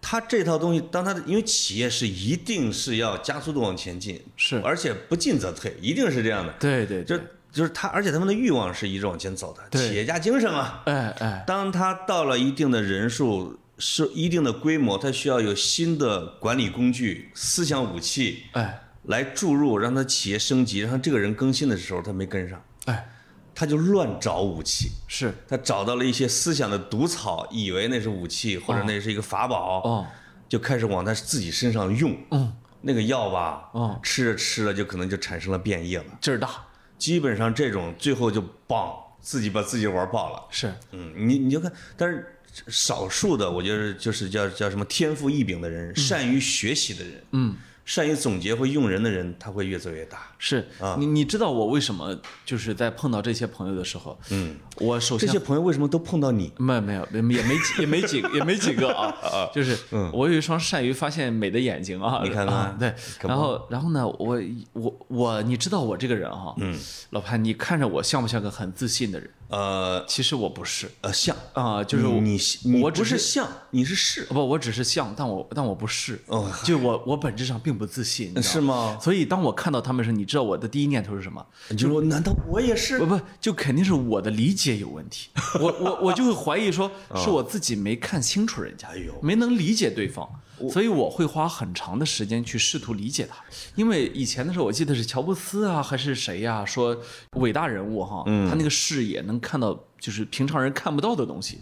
S2: 他这套东西，当他的因为企业是一定是要加速度往前进，
S1: 是
S2: 而且不进则退，一定是这样的。
S1: 对对对
S2: 就，就是他，而且他们的欲望是一直往前走的，
S1: 对
S2: 企业家精神啊。
S1: 哎哎，
S2: 当他到了一定的人数，是一定的规模，他需要有新的管理工具、思想武器
S1: 哎
S2: 来注入，让他企业升级，让他这个人更新的时候，他没跟上，
S1: 哎，
S2: 他就乱找武器。
S1: 是
S2: 他找到了一些思想的毒草，以为那是武器或者那是一个法宝，
S1: 哦。
S2: 就开始往他自己身上用。
S1: 嗯，
S2: 那个药吧，
S1: 嗯
S2: 吃着吃着就可能就产生了变异了。
S1: 劲儿大，
S2: 基本上这种最后就棒，自己把自己玩爆了。
S1: 是
S2: 嗯，你你就看，但是少数的，我觉得就是叫叫什么天赋异禀的人，善于学习的人，嗯，善于总结和用人的人，他会越做越大。
S1: 是，你你知道我为什么就是在碰到这些朋友的时候，嗯，我首
S2: 这
S1: 先
S2: 些朋友为什么都碰到你？
S1: 没有没有也没几 也没几也没几个啊，就是我有一双善于发现美的眼睛啊，
S2: 嗯你看看
S1: 啊对，
S2: 可不
S1: 然后然后呢，我我我你知道我这个人哈，嗯，老潘，你看着我像不像个很自信的人？
S2: 呃
S1: 其实我不是
S2: 呃，像，
S1: 啊，就是
S2: 你
S1: 我
S2: 你你
S1: 我只
S2: 不是
S1: 是哦
S2: 像，你是是，
S1: 不，我只是像，但我但我不是，
S2: 哦
S1: 就我我本质上并不自信，你知道
S2: 是吗
S1: 所以当我看到他们时，你知道我的第一念头是什么？
S2: 你就说难道我也是
S1: 不？不，就肯定是我的理解有问题。我我我就会怀疑 说，是我自己没看清楚人家，
S2: 啊哎呦
S1: 没能理解对方，所以我会花很长的时间去试图理解他。因为以前的时候，我记得是乔布斯啊，还是谁呀、说伟大人物哈，
S2: 嗯
S1: 他那个视野能看到就是平常人看不到的东西。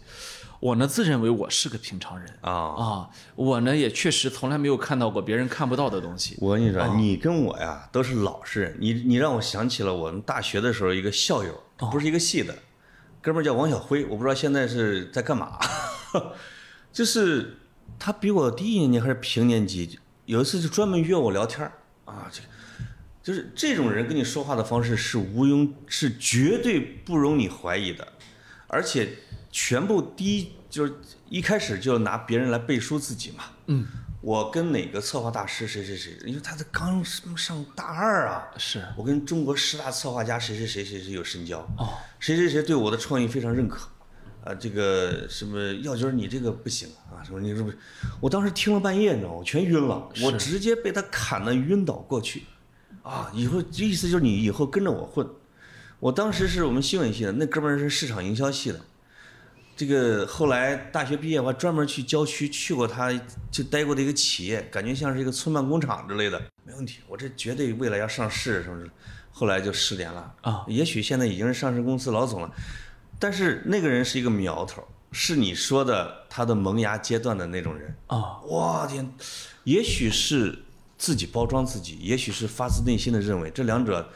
S1: 我呢，自认为我是个平常人
S2: 啊
S1: 啊，我呢也确实从来没有看到过别人看不到的东西。
S2: 我跟你说，你跟我呀都是老实人。你你让我想起了我们大学的时候一个校友，不是一个系的，哥们儿叫王小辉，我不知道现在是在干嘛。 就是他比我低一年级还是平年级，有一次就专门约我聊天儿啊，这个就是这种人跟你说话的方式是毋庸是绝对不容你怀疑的，而且全部第一就是一开始就拿别人来背书自己嘛。嗯，我跟哪个策划大师谁谁谁，因为他才刚上大二啊。
S1: 是
S2: 我跟中国十大策划家谁谁谁谁谁有深交，谁谁谁对我的创意非常认可，啊，这个什么耀军儿你这个不行啊，什么你这不，我当时听了半夜，你知道吗？我全晕了，我直接被他砍得晕倒过去，啊，以后意思就是你以后跟着我混，我当时是我们新闻系的，那哥们儿是市场营销系的。这个后来大学毕业，我还专门去郊区去过他就待过的一个企业，感觉像是一个村办工厂之类的，没问题，我这绝对未来要上市什么之类的。后来就失联了
S1: 啊，
S2: 也许现在已经是上市公司老总了。但是那个人是一个苗头，是你说的他的萌芽阶段的那种人。
S1: 啊，
S2: 哇天，也许是自己包装自己，也许是发自内心的认为，这两者，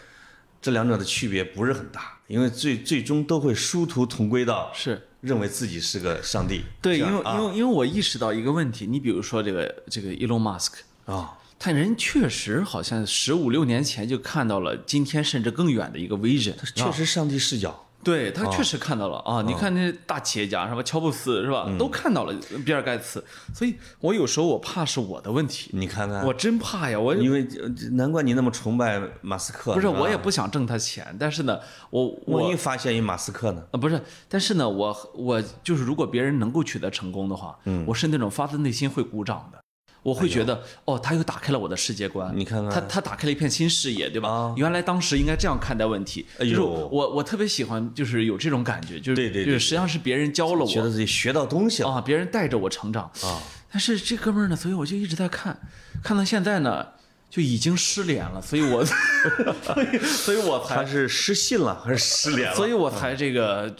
S2: 这两者的区别不是很大，因为最最终都会殊途同归到
S1: 是
S2: 认为自己是个上帝。
S1: 对，
S2: 这
S1: 因
S2: 样
S1: 为
S2: 啊
S1: 因为因为我意识到一个问题，你比如说这个这个 Elon Musk，
S2: 啊，
S1: 他人确实好像十五六年前就看到了今天甚至更远的一个 vision，
S2: 确实上帝视角。
S1: 对他
S2: 哦
S1: 确实看到了啊！你看那些大企业家是吧，乔布斯是吧，
S2: 嗯
S1: 都看到了比尔盖茨，所以我有时候我怕是我的问题，
S2: 你看看，
S1: 我真怕呀！我
S2: 因为呃难怪你那么崇拜马斯克，
S1: 不是
S2: 吧
S1: 我也不想挣他钱，但是呢，我
S2: 万
S1: 我
S2: 一发现一马斯克呢？
S1: 啊不是，但是呢，我我就是如果别人能够取得成功的话，
S2: 嗯
S1: 我是那种发自内心会鼓掌的。我会觉得，哦，他又打开了我的世界观。
S2: 哎你看看
S1: 他他打开了一片新视野，对吧？
S2: 啊
S1: 原来当时应该这样看待问题。
S2: 哎呦
S1: 就是我我特别喜欢，就是有这种感觉，就是
S2: 对对对
S1: 就是实际上是别人教了我，
S2: 觉得自己学到东西了
S1: 啊，别人带着我成长
S2: 啊。
S1: 但是这哥们儿呢，所以我就一直在看，看到现在呢，就已经失联了，所以我， 所以所以我
S2: 他
S1: 才，
S2: 是失信了还是失联了？嗯
S1: 所以我才这个，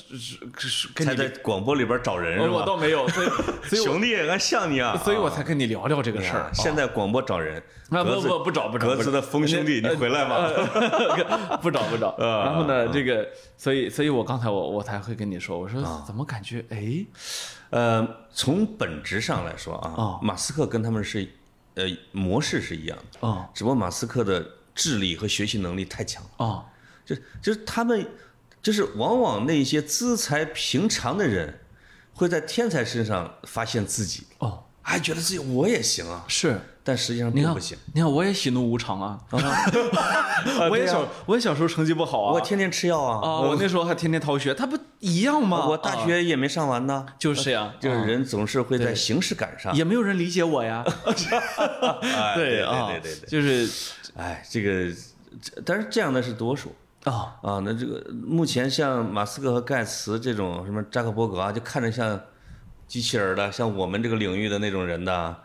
S1: 是是跟
S2: 才
S1: 你哦
S2: 在广播里边找人是
S1: 呃我
S2: 吧？
S1: 倒没有， 所以所以我
S2: 兄弟，俺像你啊！
S1: 所以我哦才跟你聊聊这个
S2: 啊
S1: 事儿。
S2: 现在广播找人，
S1: 啊
S2: 格
S1: 不
S2: 子
S1: 不不找不找
S2: 格
S1: 不呃
S2: 子
S1: 找
S2: 的疯兄弟，你回来吧。
S1: 不找不
S2: 嗯
S1: 找。然后呢，这个，所以所以我刚才我我才会跟你说，我
S2: 嗯
S1: 说怎么感觉哎，
S2: 呃，从本质上来说啊
S1: 哦，
S2: 马斯克跟他们是呃模式是一样的，
S1: 哦
S2: 只不过马斯克的智力和学习能力太强了，
S1: 哦
S2: 就就是他们就是往往那些资财平常的人会在天才身上发现自己，
S1: 哦，
S2: 还觉得自己我也行啊，
S1: 是。
S2: 但实际上
S1: 你
S2: 并
S1: 看
S2: 不行。，嗯
S1: 你看，我也喜怒无常啊！ 我也
S2: 对啊
S1: 小，我也小时候成绩不好啊，
S2: 我天天吃药
S1: 啊，
S2: 啊，
S1: 我那时候还天天逃学，他不一样吗？
S2: 我大
S1: 啊
S2: 学也没上完呢。
S1: 就是啊呀，
S2: 就是人总是会在形式感上，
S1: 啊也没有人理解我呀。
S2: 哎
S1: 啊，
S2: 对对对
S1: 就是
S2: 对，哎，这个，这但是这样的是多数
S1: 啊，
S2: 啊。那这个目前像马斯克和盖茨这种什么扎克伯格啊，就看着像机器人儿的，像我们这个领域的那种人的啊，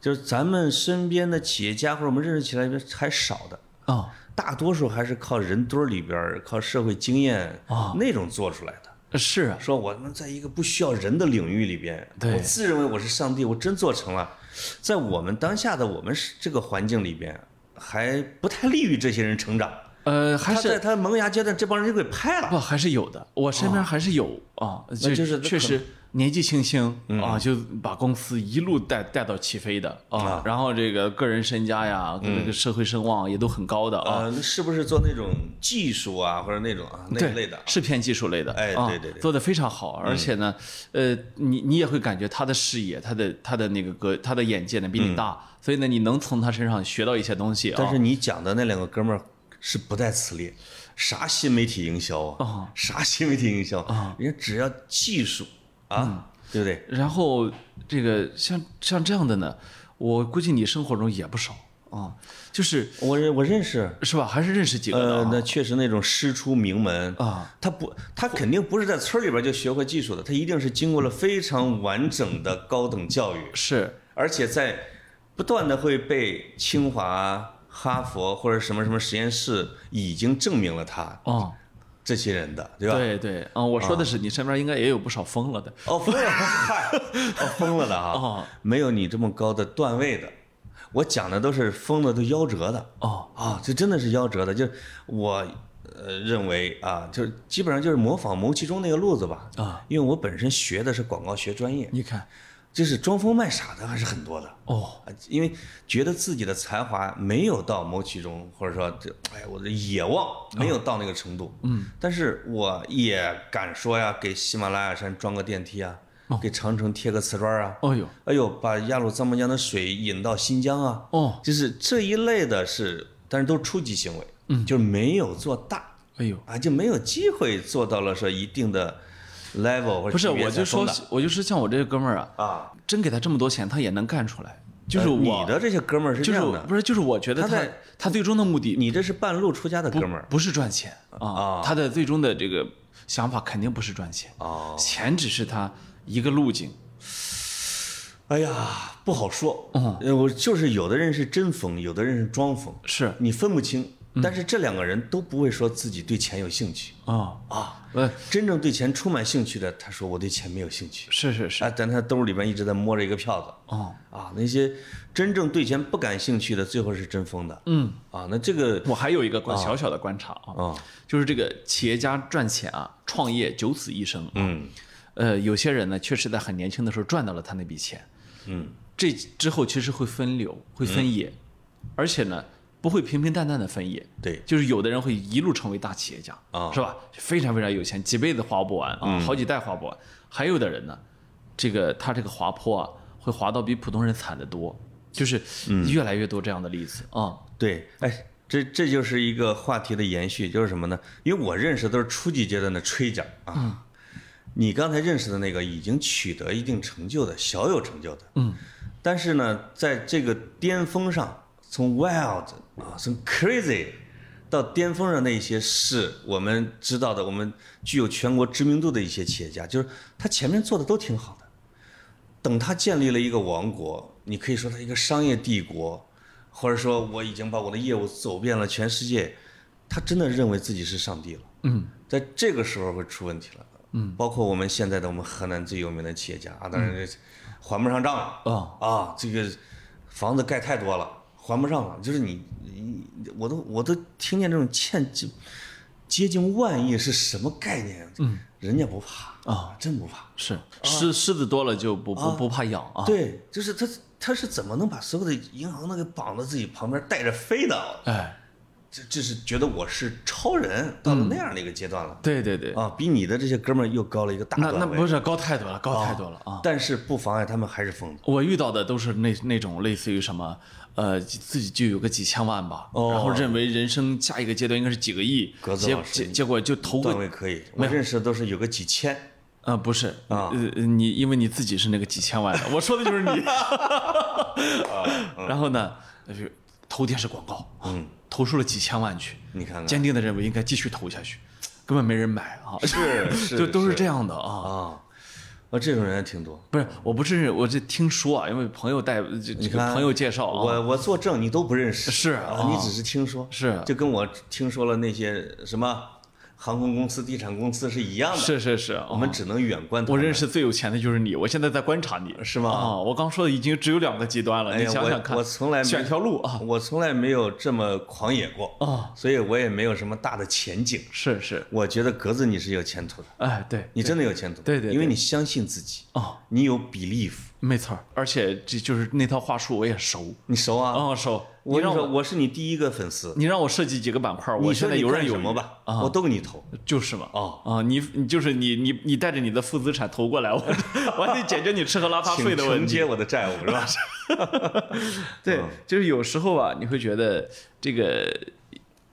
S2: 就是咱们身边的企业家或者我们认识起来还少的，
S1: 啊，
S2: 大多数还是靠人堆儿里边儿靠社会经验
S1: 啊
S2: 那种做出来的。
S1: 是啊，
S2: 说我们在一个不需要人的领域里边，
S1: 对
S2: 我自认为我是上帝，我真做成了。在我们当下的我们是这个环境里边，还不太利于这些人成长。
S1: 呃，还
S2: 他在
S1: 是
S2: 他萌芽阶段，这帮人就给拍了。
S1: 不还是有的，我身边还是有啊，
S2: 哦那就是
S1: 确
S2: 可嗯
S1: 实年纪轻轻啊，就把公司一路带带到起飞的啊，然后这个个人身家呀，这
S2: 嗯
S1: 个社会声望也都很高的啊，
S2: 呃，是不是做那种技术啊，或者那种啊那一
S1: 对
S2: 类的？
S1: 是偏技术类的，
S2: 哎
S1: 啊
S2: 对对对嗯
S1: 做的非常好，而且呢，呃，你你也会感觉他的视野，他的他的那个格，他的眼界呢比你大，所以呢，你能从他身上学到一些东西啊。
S2: 嗯但是你讲的那两个哥们儿是不在此列，啥新媒体营销啊
S1: 啊，
S2: 啥新媒体营销啊，人家只要技术
S1: 嗯
S2: 啊，对不对？
S1: 然后这个像像这样的呢，我估计你生活中也不少啊，就是
S2: 我认我认识，
S1: 是吧？还是认识几个的
S2: 呃
S1: 啊，
S2: 那确实那种师出名门
S1: 啊，
S2: 他不，他肯定不是在村里边就学会技术的，他一定是经过了非常完整的高等教育，
S1: 是
S2: 而且在不断的会被清华、哈佛或者什么什么实验室已经证明了他
S1: 啊，
S2: 这些人的，对吧？
S1: 对对啊，我
S2: 嗯
S1: 说的是你身边应该也有不少疯了的
S2: 哦，疯了， 嗨，哦，疯了的啊
S1: 哦，
S2: 没有你这么高的段位的，我讲的都是疯了都夭折的。
S1: 哦
S2: 啊，这真的是夭折的。就是我呃认为啊，就是基本上就是模仿牟其中那个路子吧。
S1: 啊，
S2: 因为我本身学的是广告学专业，
S1: 你看
S2: 就是装疯卖傻的还是很多的。
S1: 哦，
S2: 啊，因为觉得自己的才华没有到牟其中，或者说这哎我的野望
S1: 哦
S2: 没有到那个程度，嗯，但是我也敢说呀，给喜马拉雅山装个电梯啊，给长城贴个瓷砖啊，
S1: 哦呦，
S2: 哎呦，把雅鲁藏布江的水引到新疆啊，
S1: 哦，
S2: 就是这一类的是，但是都是初级行为，嗯，就是没有做大
S1: 哎呦。
S2: 啊，就没有机会做到了说一定的 level 或者
S1: 不是，
S2: 级别
S1: 我
S2: 才
S1: 就说
S2: 疯的，
S1: 我就说像我这个哥们儿啊，
S2: 啊，
S1: 真给他这么多钱，他也能干出来。就是
S2: 呃
S1: 我，
S2: 你的这些哥们儿是
S1: 就
S2: 这
S1: 是
S2: 样
S1: 我
S2: 的，
S1: 不是就是我觉得
S2: 他
S1: 他
S2: 在
S1: 他最终的目的
S2: 你这是半路出家的哥们儿
S1: 不是赚钱
S2: 啊
S1: 啊，他的最终的这个想法肯定不是赚钱，
S2: 哦。
S1: 钱只是他一个路径。
S2: 哎呀，嗯不好说。呃我就是有的人是真疯，有的人是装疯，嗯
S1: 是
S2: 你分不清。但是这两个人都不会说自己对钱有兴趣
S1: 啊
S2: 啊。
S1: 呃，
S2: 真正对钱充满兴趣的，他说我对钱没有兴趣
S1: 是是是，
S2: 啊，但他兜里边一直在摸着一个票子。
S1: 哦，
S2: 啊，那些真正对钱不感兴趣的，最后是真疯的。嗯，啊，那这个
S1: 我还有一个观小小的观察啊，
S2: 啊，
S1: 就是这个企业家赚钱啊，创业九死一生啊。
S2: 嗯，
S1: 呃，有些人呢，确实在很年轻的时候赚到了他那笔钱，
S2: 嗯，
S1: 这之后其实会分流，会分野，而且呢，不会平平淡淡的分野，
S2: 对，
S1: 就是有的人会一路成为大企业家，
S2: 啊
S1: 是吧？非常非常有钱，几辈子花不完啊，好几代花不完。还有的人呢，这个他这个滑坡啊，会滑到比普通人惨得多，就是越来越多这样的例子啊。
S2: 对，哎，这这就是一个话题的延续，就是什么呢？因为我认识的都是初级阶段的吹家啊，你刚才认识的那个已经取得一定成就的，小有成就的，嗯，但是呢，在这个巅峰上，从 wild 啊，从 crazy。到巅峰上那些是我们知道的，我们具有全国知名度的一些企业家，就是他前面做的都挺好的，等他建立了一个王国，你可以说他一个商业帝国，或者说我已经把我的业务走遍了全世界，他真的认为自己是上帝了。
S1: 嗯，
S2: 在这个时候会出问题了。嗯，包括我们现在的我们河南最有名的企业家啊，当然这还不上账了、
S1: 哦
S2: 啊，这个房子盖太多了，还不上了。就是你你我都我都听见这种欠接接近万亿是什么概念？嗯，人家不怕啊，真不怕。
S1: 是狮狮子多了就不不不怕痒啊。
S2: 对，就是他他是怎么能把所有的银行都给绑到自己旁边带着飞的？啊
S1: 哎，
S2: 这这是觉得我是超人，到
S1: 嗯
S2: 了那样的一个阶段了、
S1: 对对对，
S2: 啊，比你的这些哥们儿又高了一哦个大
S1: 那
S2: 段位。啊
S1: 那不是高太多了，高太多了啊！
S2: 但是不妨碍他们还是疯子。
S1: 我遇到的都是那那种类似于什么，呃，自己就有个几千万吧，
S2: 哦
S1: 然后认为人生下一个阶段应该是几个亿
S2: 格，子
S1: 结
S2: 老师
S1: 结结果就投
S2: 段
S1: 个
S2: 位可以，我认识的都是有个几千。
S1: 呃不是
S2: 啊
S1: 呃你因为你自己是那个几千万的，我说的 就是你。
S2: 哦嗯
S1: 然后呢，就投电视广告，嗯，投出了几千万去，
S2: 你看看
S1: 坚定的认为应该继续投下去，根本没人买啊，
S2: 是是
S1: 就都是
S2: 是
S1: 这样的啊。
S2: 啊，啊，这种人还挺多。
S1: 不是，我不是，我这听说啊，因为朋友带，这这
S2: 你
S1: 个
S2: 看
S1: 朋友介绍啊，
S2: 我我作证，你都不认识，
S1: 是
S2: 啊
S1: 啊
S2: 你只是听说，
S1: 是
S2: 就跟我听说了那些什么航空公司、地产公司是一样的。
S1: 是是是，
S2: 我
S1: 我
S2: 们只能远观他
S1: 哦我
S2: 们。
S1: 认识最有钱的就是你，我现在在观察你，
S2: 是吗
S1: 啊，我刚说的已经只有两个极端了，
S2: 哎
S1: 你
S2: 呀，
S1: 想想看，
S2: 我我从来没
S1: 选条路啊，
S2: 我从来没有这么狂野过
S1: 啊，
S2: 所以我也没有什么大的前景。
S1: 是是，
S2: 我觉得格子你是有前途的，
S1: 哎，对，
S2: 你真的有前途，
S1: 对对对
S2: 因为你相信自己
S1: 哦，
S2: 你有 belief，
S1: 没错儿，而且这就是那套话术我也熟，
S2: 你熟啊？
S1: 啊熟，你
S2: 我跟
S1: 让
S2: 你说，
S1: 我
S2: 我是你第一个粉丝，
S1: 你让我设计几个板块，我
S2: 你
S1: 现
S2: 说
S1: 在
S2: 你
S1: 游刃
S2: 干
S1: 有
S2: 什
S1: 余
S2: 么，吧，我都给你投。
S1: 就是嘛，
S2: 哦
S1: 啊，你你就是你你你带着你的负资产投过来，我 我还得解决你吃喝拉撒睡
S2: 请
S1: 的问
S2: 承
S1: 题，
S2: 接我的债务是吧？
S1: 对，
S2: 嗯
S1: 就是有时候啊，你会觉得这个，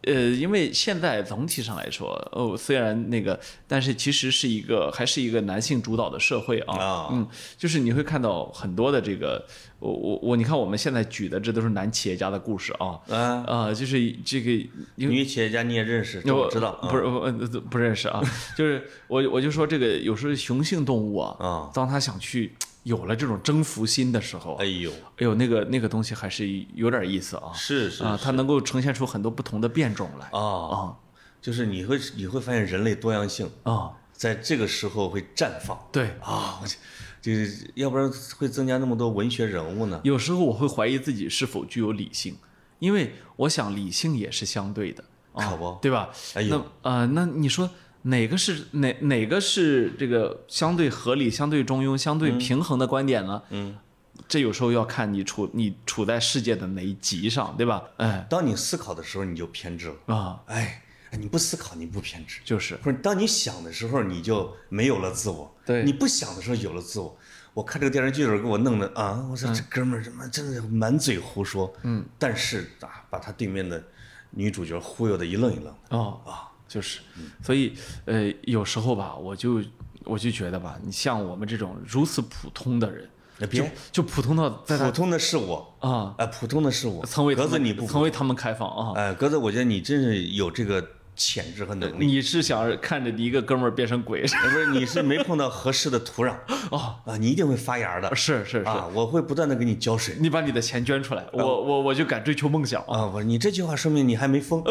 S1: 呃，因为现在总体上来说，哦，虽然那个，但是其实是一个还是一个男性主导的社会 啊，
S2: 啊
S1: 嗯，就是你会看到很多的这个，我我我，你看我们现在举的这都是男企业家的故事啊，
S2: 啊，
S1: 啊，就是这个，因为
S2: 女企业家你也认识，这
S1: 我
S2: 我知道，啊
S1: 不是我呃不认识啊， 就是我我就说这个有时候雄性动物啊
S2: 啊，
S1: 当他想去有了这种征服心的时候啊
S2: 哎，呦，
S1: 哎呦，那个那个东西还是有点意思啊，
S2: 是是
S1: 啊，它能够呈现出很多不同的变种来
S2: 啊，
S1: 啊
S2: 就是你会你会发现人类多样性
S1: 啊，
S2: 在这个时候会绽放
S1: 对，
S2: 啊，我就是要不然会增加那么多文学人物呢？
S1: 有时候我会怀疑自己是否具有理性，因为我想理性也是相对的，啊
S2: 可不
S1: 对吧？
S2: 哎呦
S1: 那啊、那你说哪个是哪哪个是这个相对合理、相对中庸、相对
S2: 嗯
S1: 平衡的观点呢？嗯，这有时候要看你处你处在世界的哪一级上，对吧？哎
S2: 当你思考的时候，你就偏执了。
S1: 啊，
S2: 哎，哎你不思考，你不偏执。
S1: 就是
S2: 或者当你想的时候，你就没有了自我；
S1: 对
S2: 你不想的时候有了自我。我看这个电视剧的时候，给我弄的啊，我
S1: 嗯
S2: 说这哥们儿他妈真的满嘴胡说，嗯，但是啊，把他对面的女主角忽悠的一愣一愣的。
S1: 哦啊，就是，所以呃，有时候吧，我就我就觉得吧，你像我们这种如此普通的人，
S2: 那哎别，
S1: 就普通到在
S2: 普
S1: 他
S2: 通的是我
S1: 啊，
S2: 啊，普通的是我。
S1: 曾为他
S2: 格子
S1: 们
S2: 你不普呃
S1: 曾为他们开放啊，
S2: 哎，格子，我觉得你真是有这个潜质和能力。
S1: 你是想看着一个哥们儿变成鬼？
S2: 不 是，你是没碰到合适的土壤
S1: 哦
S2: 啊，你一定会发芽的。
S1: 是是是，
S2: 啊，我会不断的给你浇水
S1: 你把你的钱捐出来，我我我就敢追求梦想啊！
S2: 啊。我说你这句话说明你还没疯，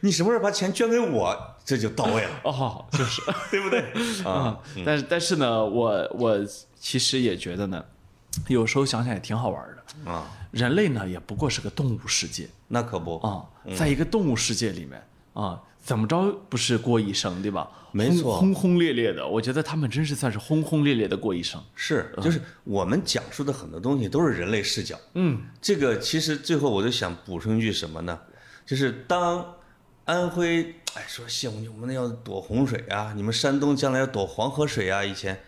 S2: 你什么时候把钱捐给我，这就到位 了，
S1: 哦，就是。
S2: 对不对？啊，
S1: 啊，但是但是呢，我我其实也觉得呢，有时候想想也挺好玩的。
S2: 啊，
S1: 人类呢，也不过是个动物世界
S2: 那可不，
S1: 啊，在一个动物世界里面啊，怎么着不是过一生对吧？
S2: 没
S1: 轰
S2: 错
S1: 轰轰烈烈的，我觉得他们真是算是轰轰烈烈的过一生。
S2: 是，就是我们讲述的很多东西都是人类视角。
S1: 嗯，
S2: 这个其实最后我就想补充一句什么呢？就是当安徽哎说谢红军，我们要躲洪水啊，你们山东将来要躲黄河水啊，以前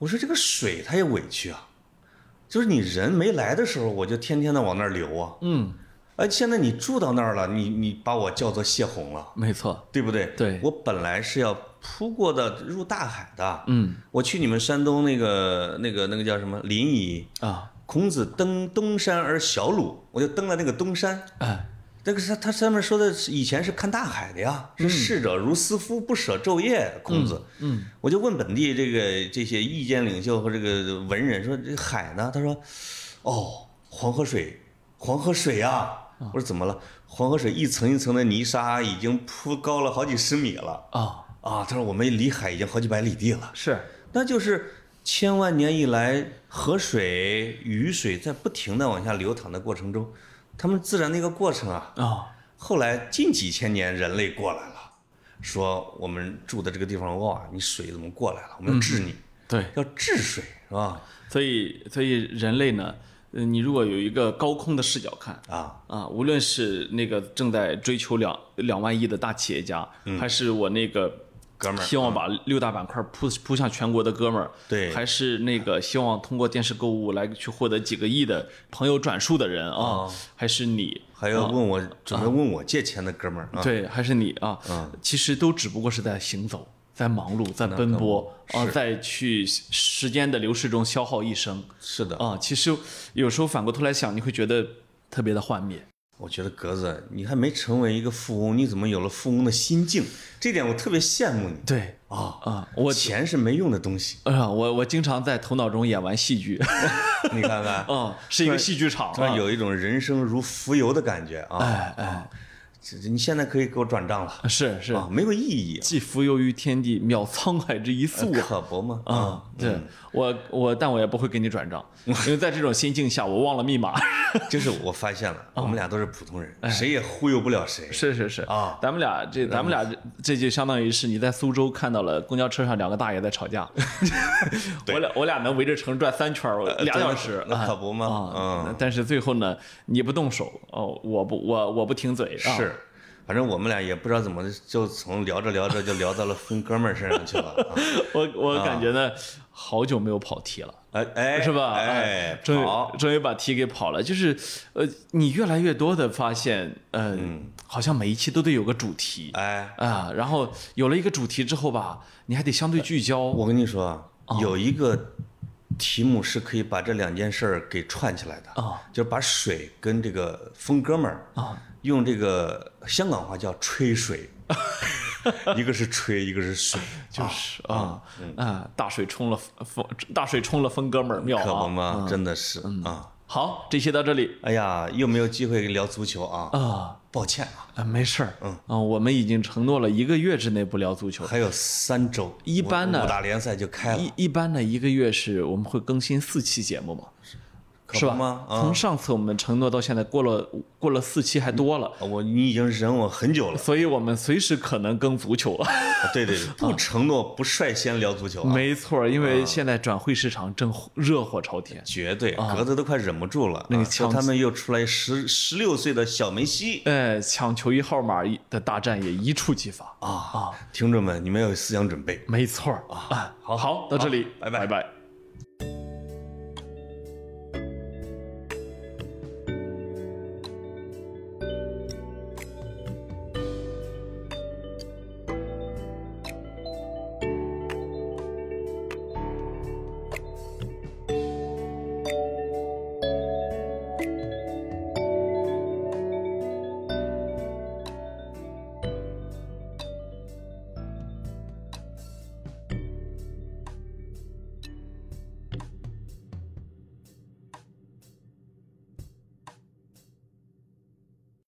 S2: 我说这个水它也委屈啊，就是你人没来的时候，我就天天的往那儿流啊。
S1: 嗯，
S2: 哎，现在你住到那儿了，你你把我叫做泄洪了，
S1: 没错。
S2: 对不对？
S1: 对
S2: 我本来是要扑过的入大海的。
S1: 嗯
S2: 我去你们山东那个那个那个叫什么临沂，
S1: 啊，
S2: 孔子登东山而小鲁，我就登了那个东山。
S1: 哎，
S2: 那个是他他上面说的是以前是看大海的呀，是逝者如斯夫，不舍昼夜。孔子，
S1: 嗯，
S2: 我就问本地这个这些意见领袖和这个文人说这海呢？他说，哦，黄河水，黄河水啊！我说怎么了？黄河水一层一层的泥沙已经铺高了好几十米了
S1: 啊，
S2: 啊！他说我们离海已经好几百里地了。
S1: 是
S2: 那就是千万年以来河水、雨水在不停的往下流淌的过程中，它们自然的一个过程啊。
S1: 啊，
S2: 后来近几千年人类过来了，说我们住的这个地方哇，你水怎么过来了？我们要治你，
S1: 对。
S2: 要治水是吧？
S1: 所以所以人类呢，呃你如果有一个高空的视角看，
S2: 啊，
S1: 啊，无论是那个正在追求两两万亿的大企业家，还是我那个
S2: 嗯哥们儿
S1: 希望把六大板块铺铺向全国的哥们儿，
S2: 对
S1: 还是那个希望通过电视购物来去获得几个亿的朋友转述的人啊，
S2: 哦
S1: 还是你。
S2: 还要问我、准备问我借钱的哥们儿啊，嗯
S1: 对，还是你啊，其实都只不过是在行走，在忙碌，在奔波啊，在去时间的流逝中消耗一生
S2: 是的，
S1: 啊。其实有时候反过头来想，你会觉得特别的幻灭。
S2: 我觉得格子，你还没成为一个富翁，你怎么有了富翁的心境？这点我特别羡慕你
S1: 对
S2: 啊。
S1: 啊，我
S2: 钱是没用的 东西，
S1: 啊、我我经常在头脑中演完戏 剧，
S2: 你看看，
S1: 嗯，是一个戏剧场
S2: 突然
S1: 啊，
S2: 有一种人生如浮游的感觉啊！
S1: 哎哎，
S2: 这这你现在可以给我转账了
S1: 是是，
S2: 啊，没有意义，
S1: 既浮游于天地，渺沧海之一粟啊。
S2: 可不嘛啊！
S1: 啊，对我我，但我也不会给你转 账，因为在这种心境下，我忘了密码。
S2: 就是我发现了，我们俩都是普通人，谁也忽悠不了谁。
S1: 啊哎是是是
S2: 啊，
S1: 咱们俩这咱们俩
S2: 嗯
S1: 这这就相当于是你在苏州看到了公交车上两个大爷在吵 架，我俩我俩能围着城转三圈儿，我俩小时
S2: 呃真，的嗯那可不嘛
S1: 啊，但是最后呢，你不动手哦，我不我我不停嘴，啊
S2: 是，反正我们俩也不知道怎么就从聊着聊着就聊到了分哥们儿身上去了。啊
S1: 我我感觉呢，好久没有跑题了。
S2: 哎哎，
S1: 是吧？
S2: 哎，
S1: 终
S2: 好
S1: 于终于把题给跑了。就是，呃，你越来越多的发现，呃，好像每一期都得有个主题
S2: 嗯哎，
S1: 啊。然后有了一个主题之后吧，你还得相对聚焦。
S2: 我跟你说啊，
S1: 哦
S2: 有一个题目是可以把这两件事儿给串起来的
S1: 啊，
S2: 就是把水跟这个疯哥们儿
S1: 啊，
S2: 用这个香港话叫吹水， 一个是吹，一个是水，
S1: 就是啊
S2: 嗯
S1: 啊，大水冲了风，大水冲了风，哥们儿妙
S2: 可不
S1: 啊！
S2: 嘛，真的是啊。
S1: 好，这期到这里
S2: 哎呀，又没有机会聊足球啊，
S1: 啊。
S2: 抱歉啊，
S1: 啊，没事儿，嗯啊，我们已经承诺了一个月之内不聊足球，
S2: 还有三周，
S1: 一般呢
S2: 五五大联赛就开了，
S1: 一一般呢，一个月是我们会更新四期节目嘛，
S2: 可
S1: 是
S2: 不
S1: 吧？
S2: 吗？啊，
S1: 从上次我们承诺到现在，过了过了四期还多了，
S2: 我你已经忍我 很久了，
S1: 所以我们随时可能更足球了。
S2: 对对对，不承诺不率先聊足球啊，
S1: 啊没错，因为现在转会市场正热火朝天。
S2: 绝对，格子都快忍不住了。
S1: 啊那个
S2: 啊说
S1: 强
S2: 他们又出来十十六岁的小梅西
S1: 呃，抢球衣号码的大战也一触即发。
S2: 啊啊！听众们，你们要有思想准备。
S1: 没错啊，好，好，到这里，
S2: 拜
S1: 拜
S2: 拜
S1: 拜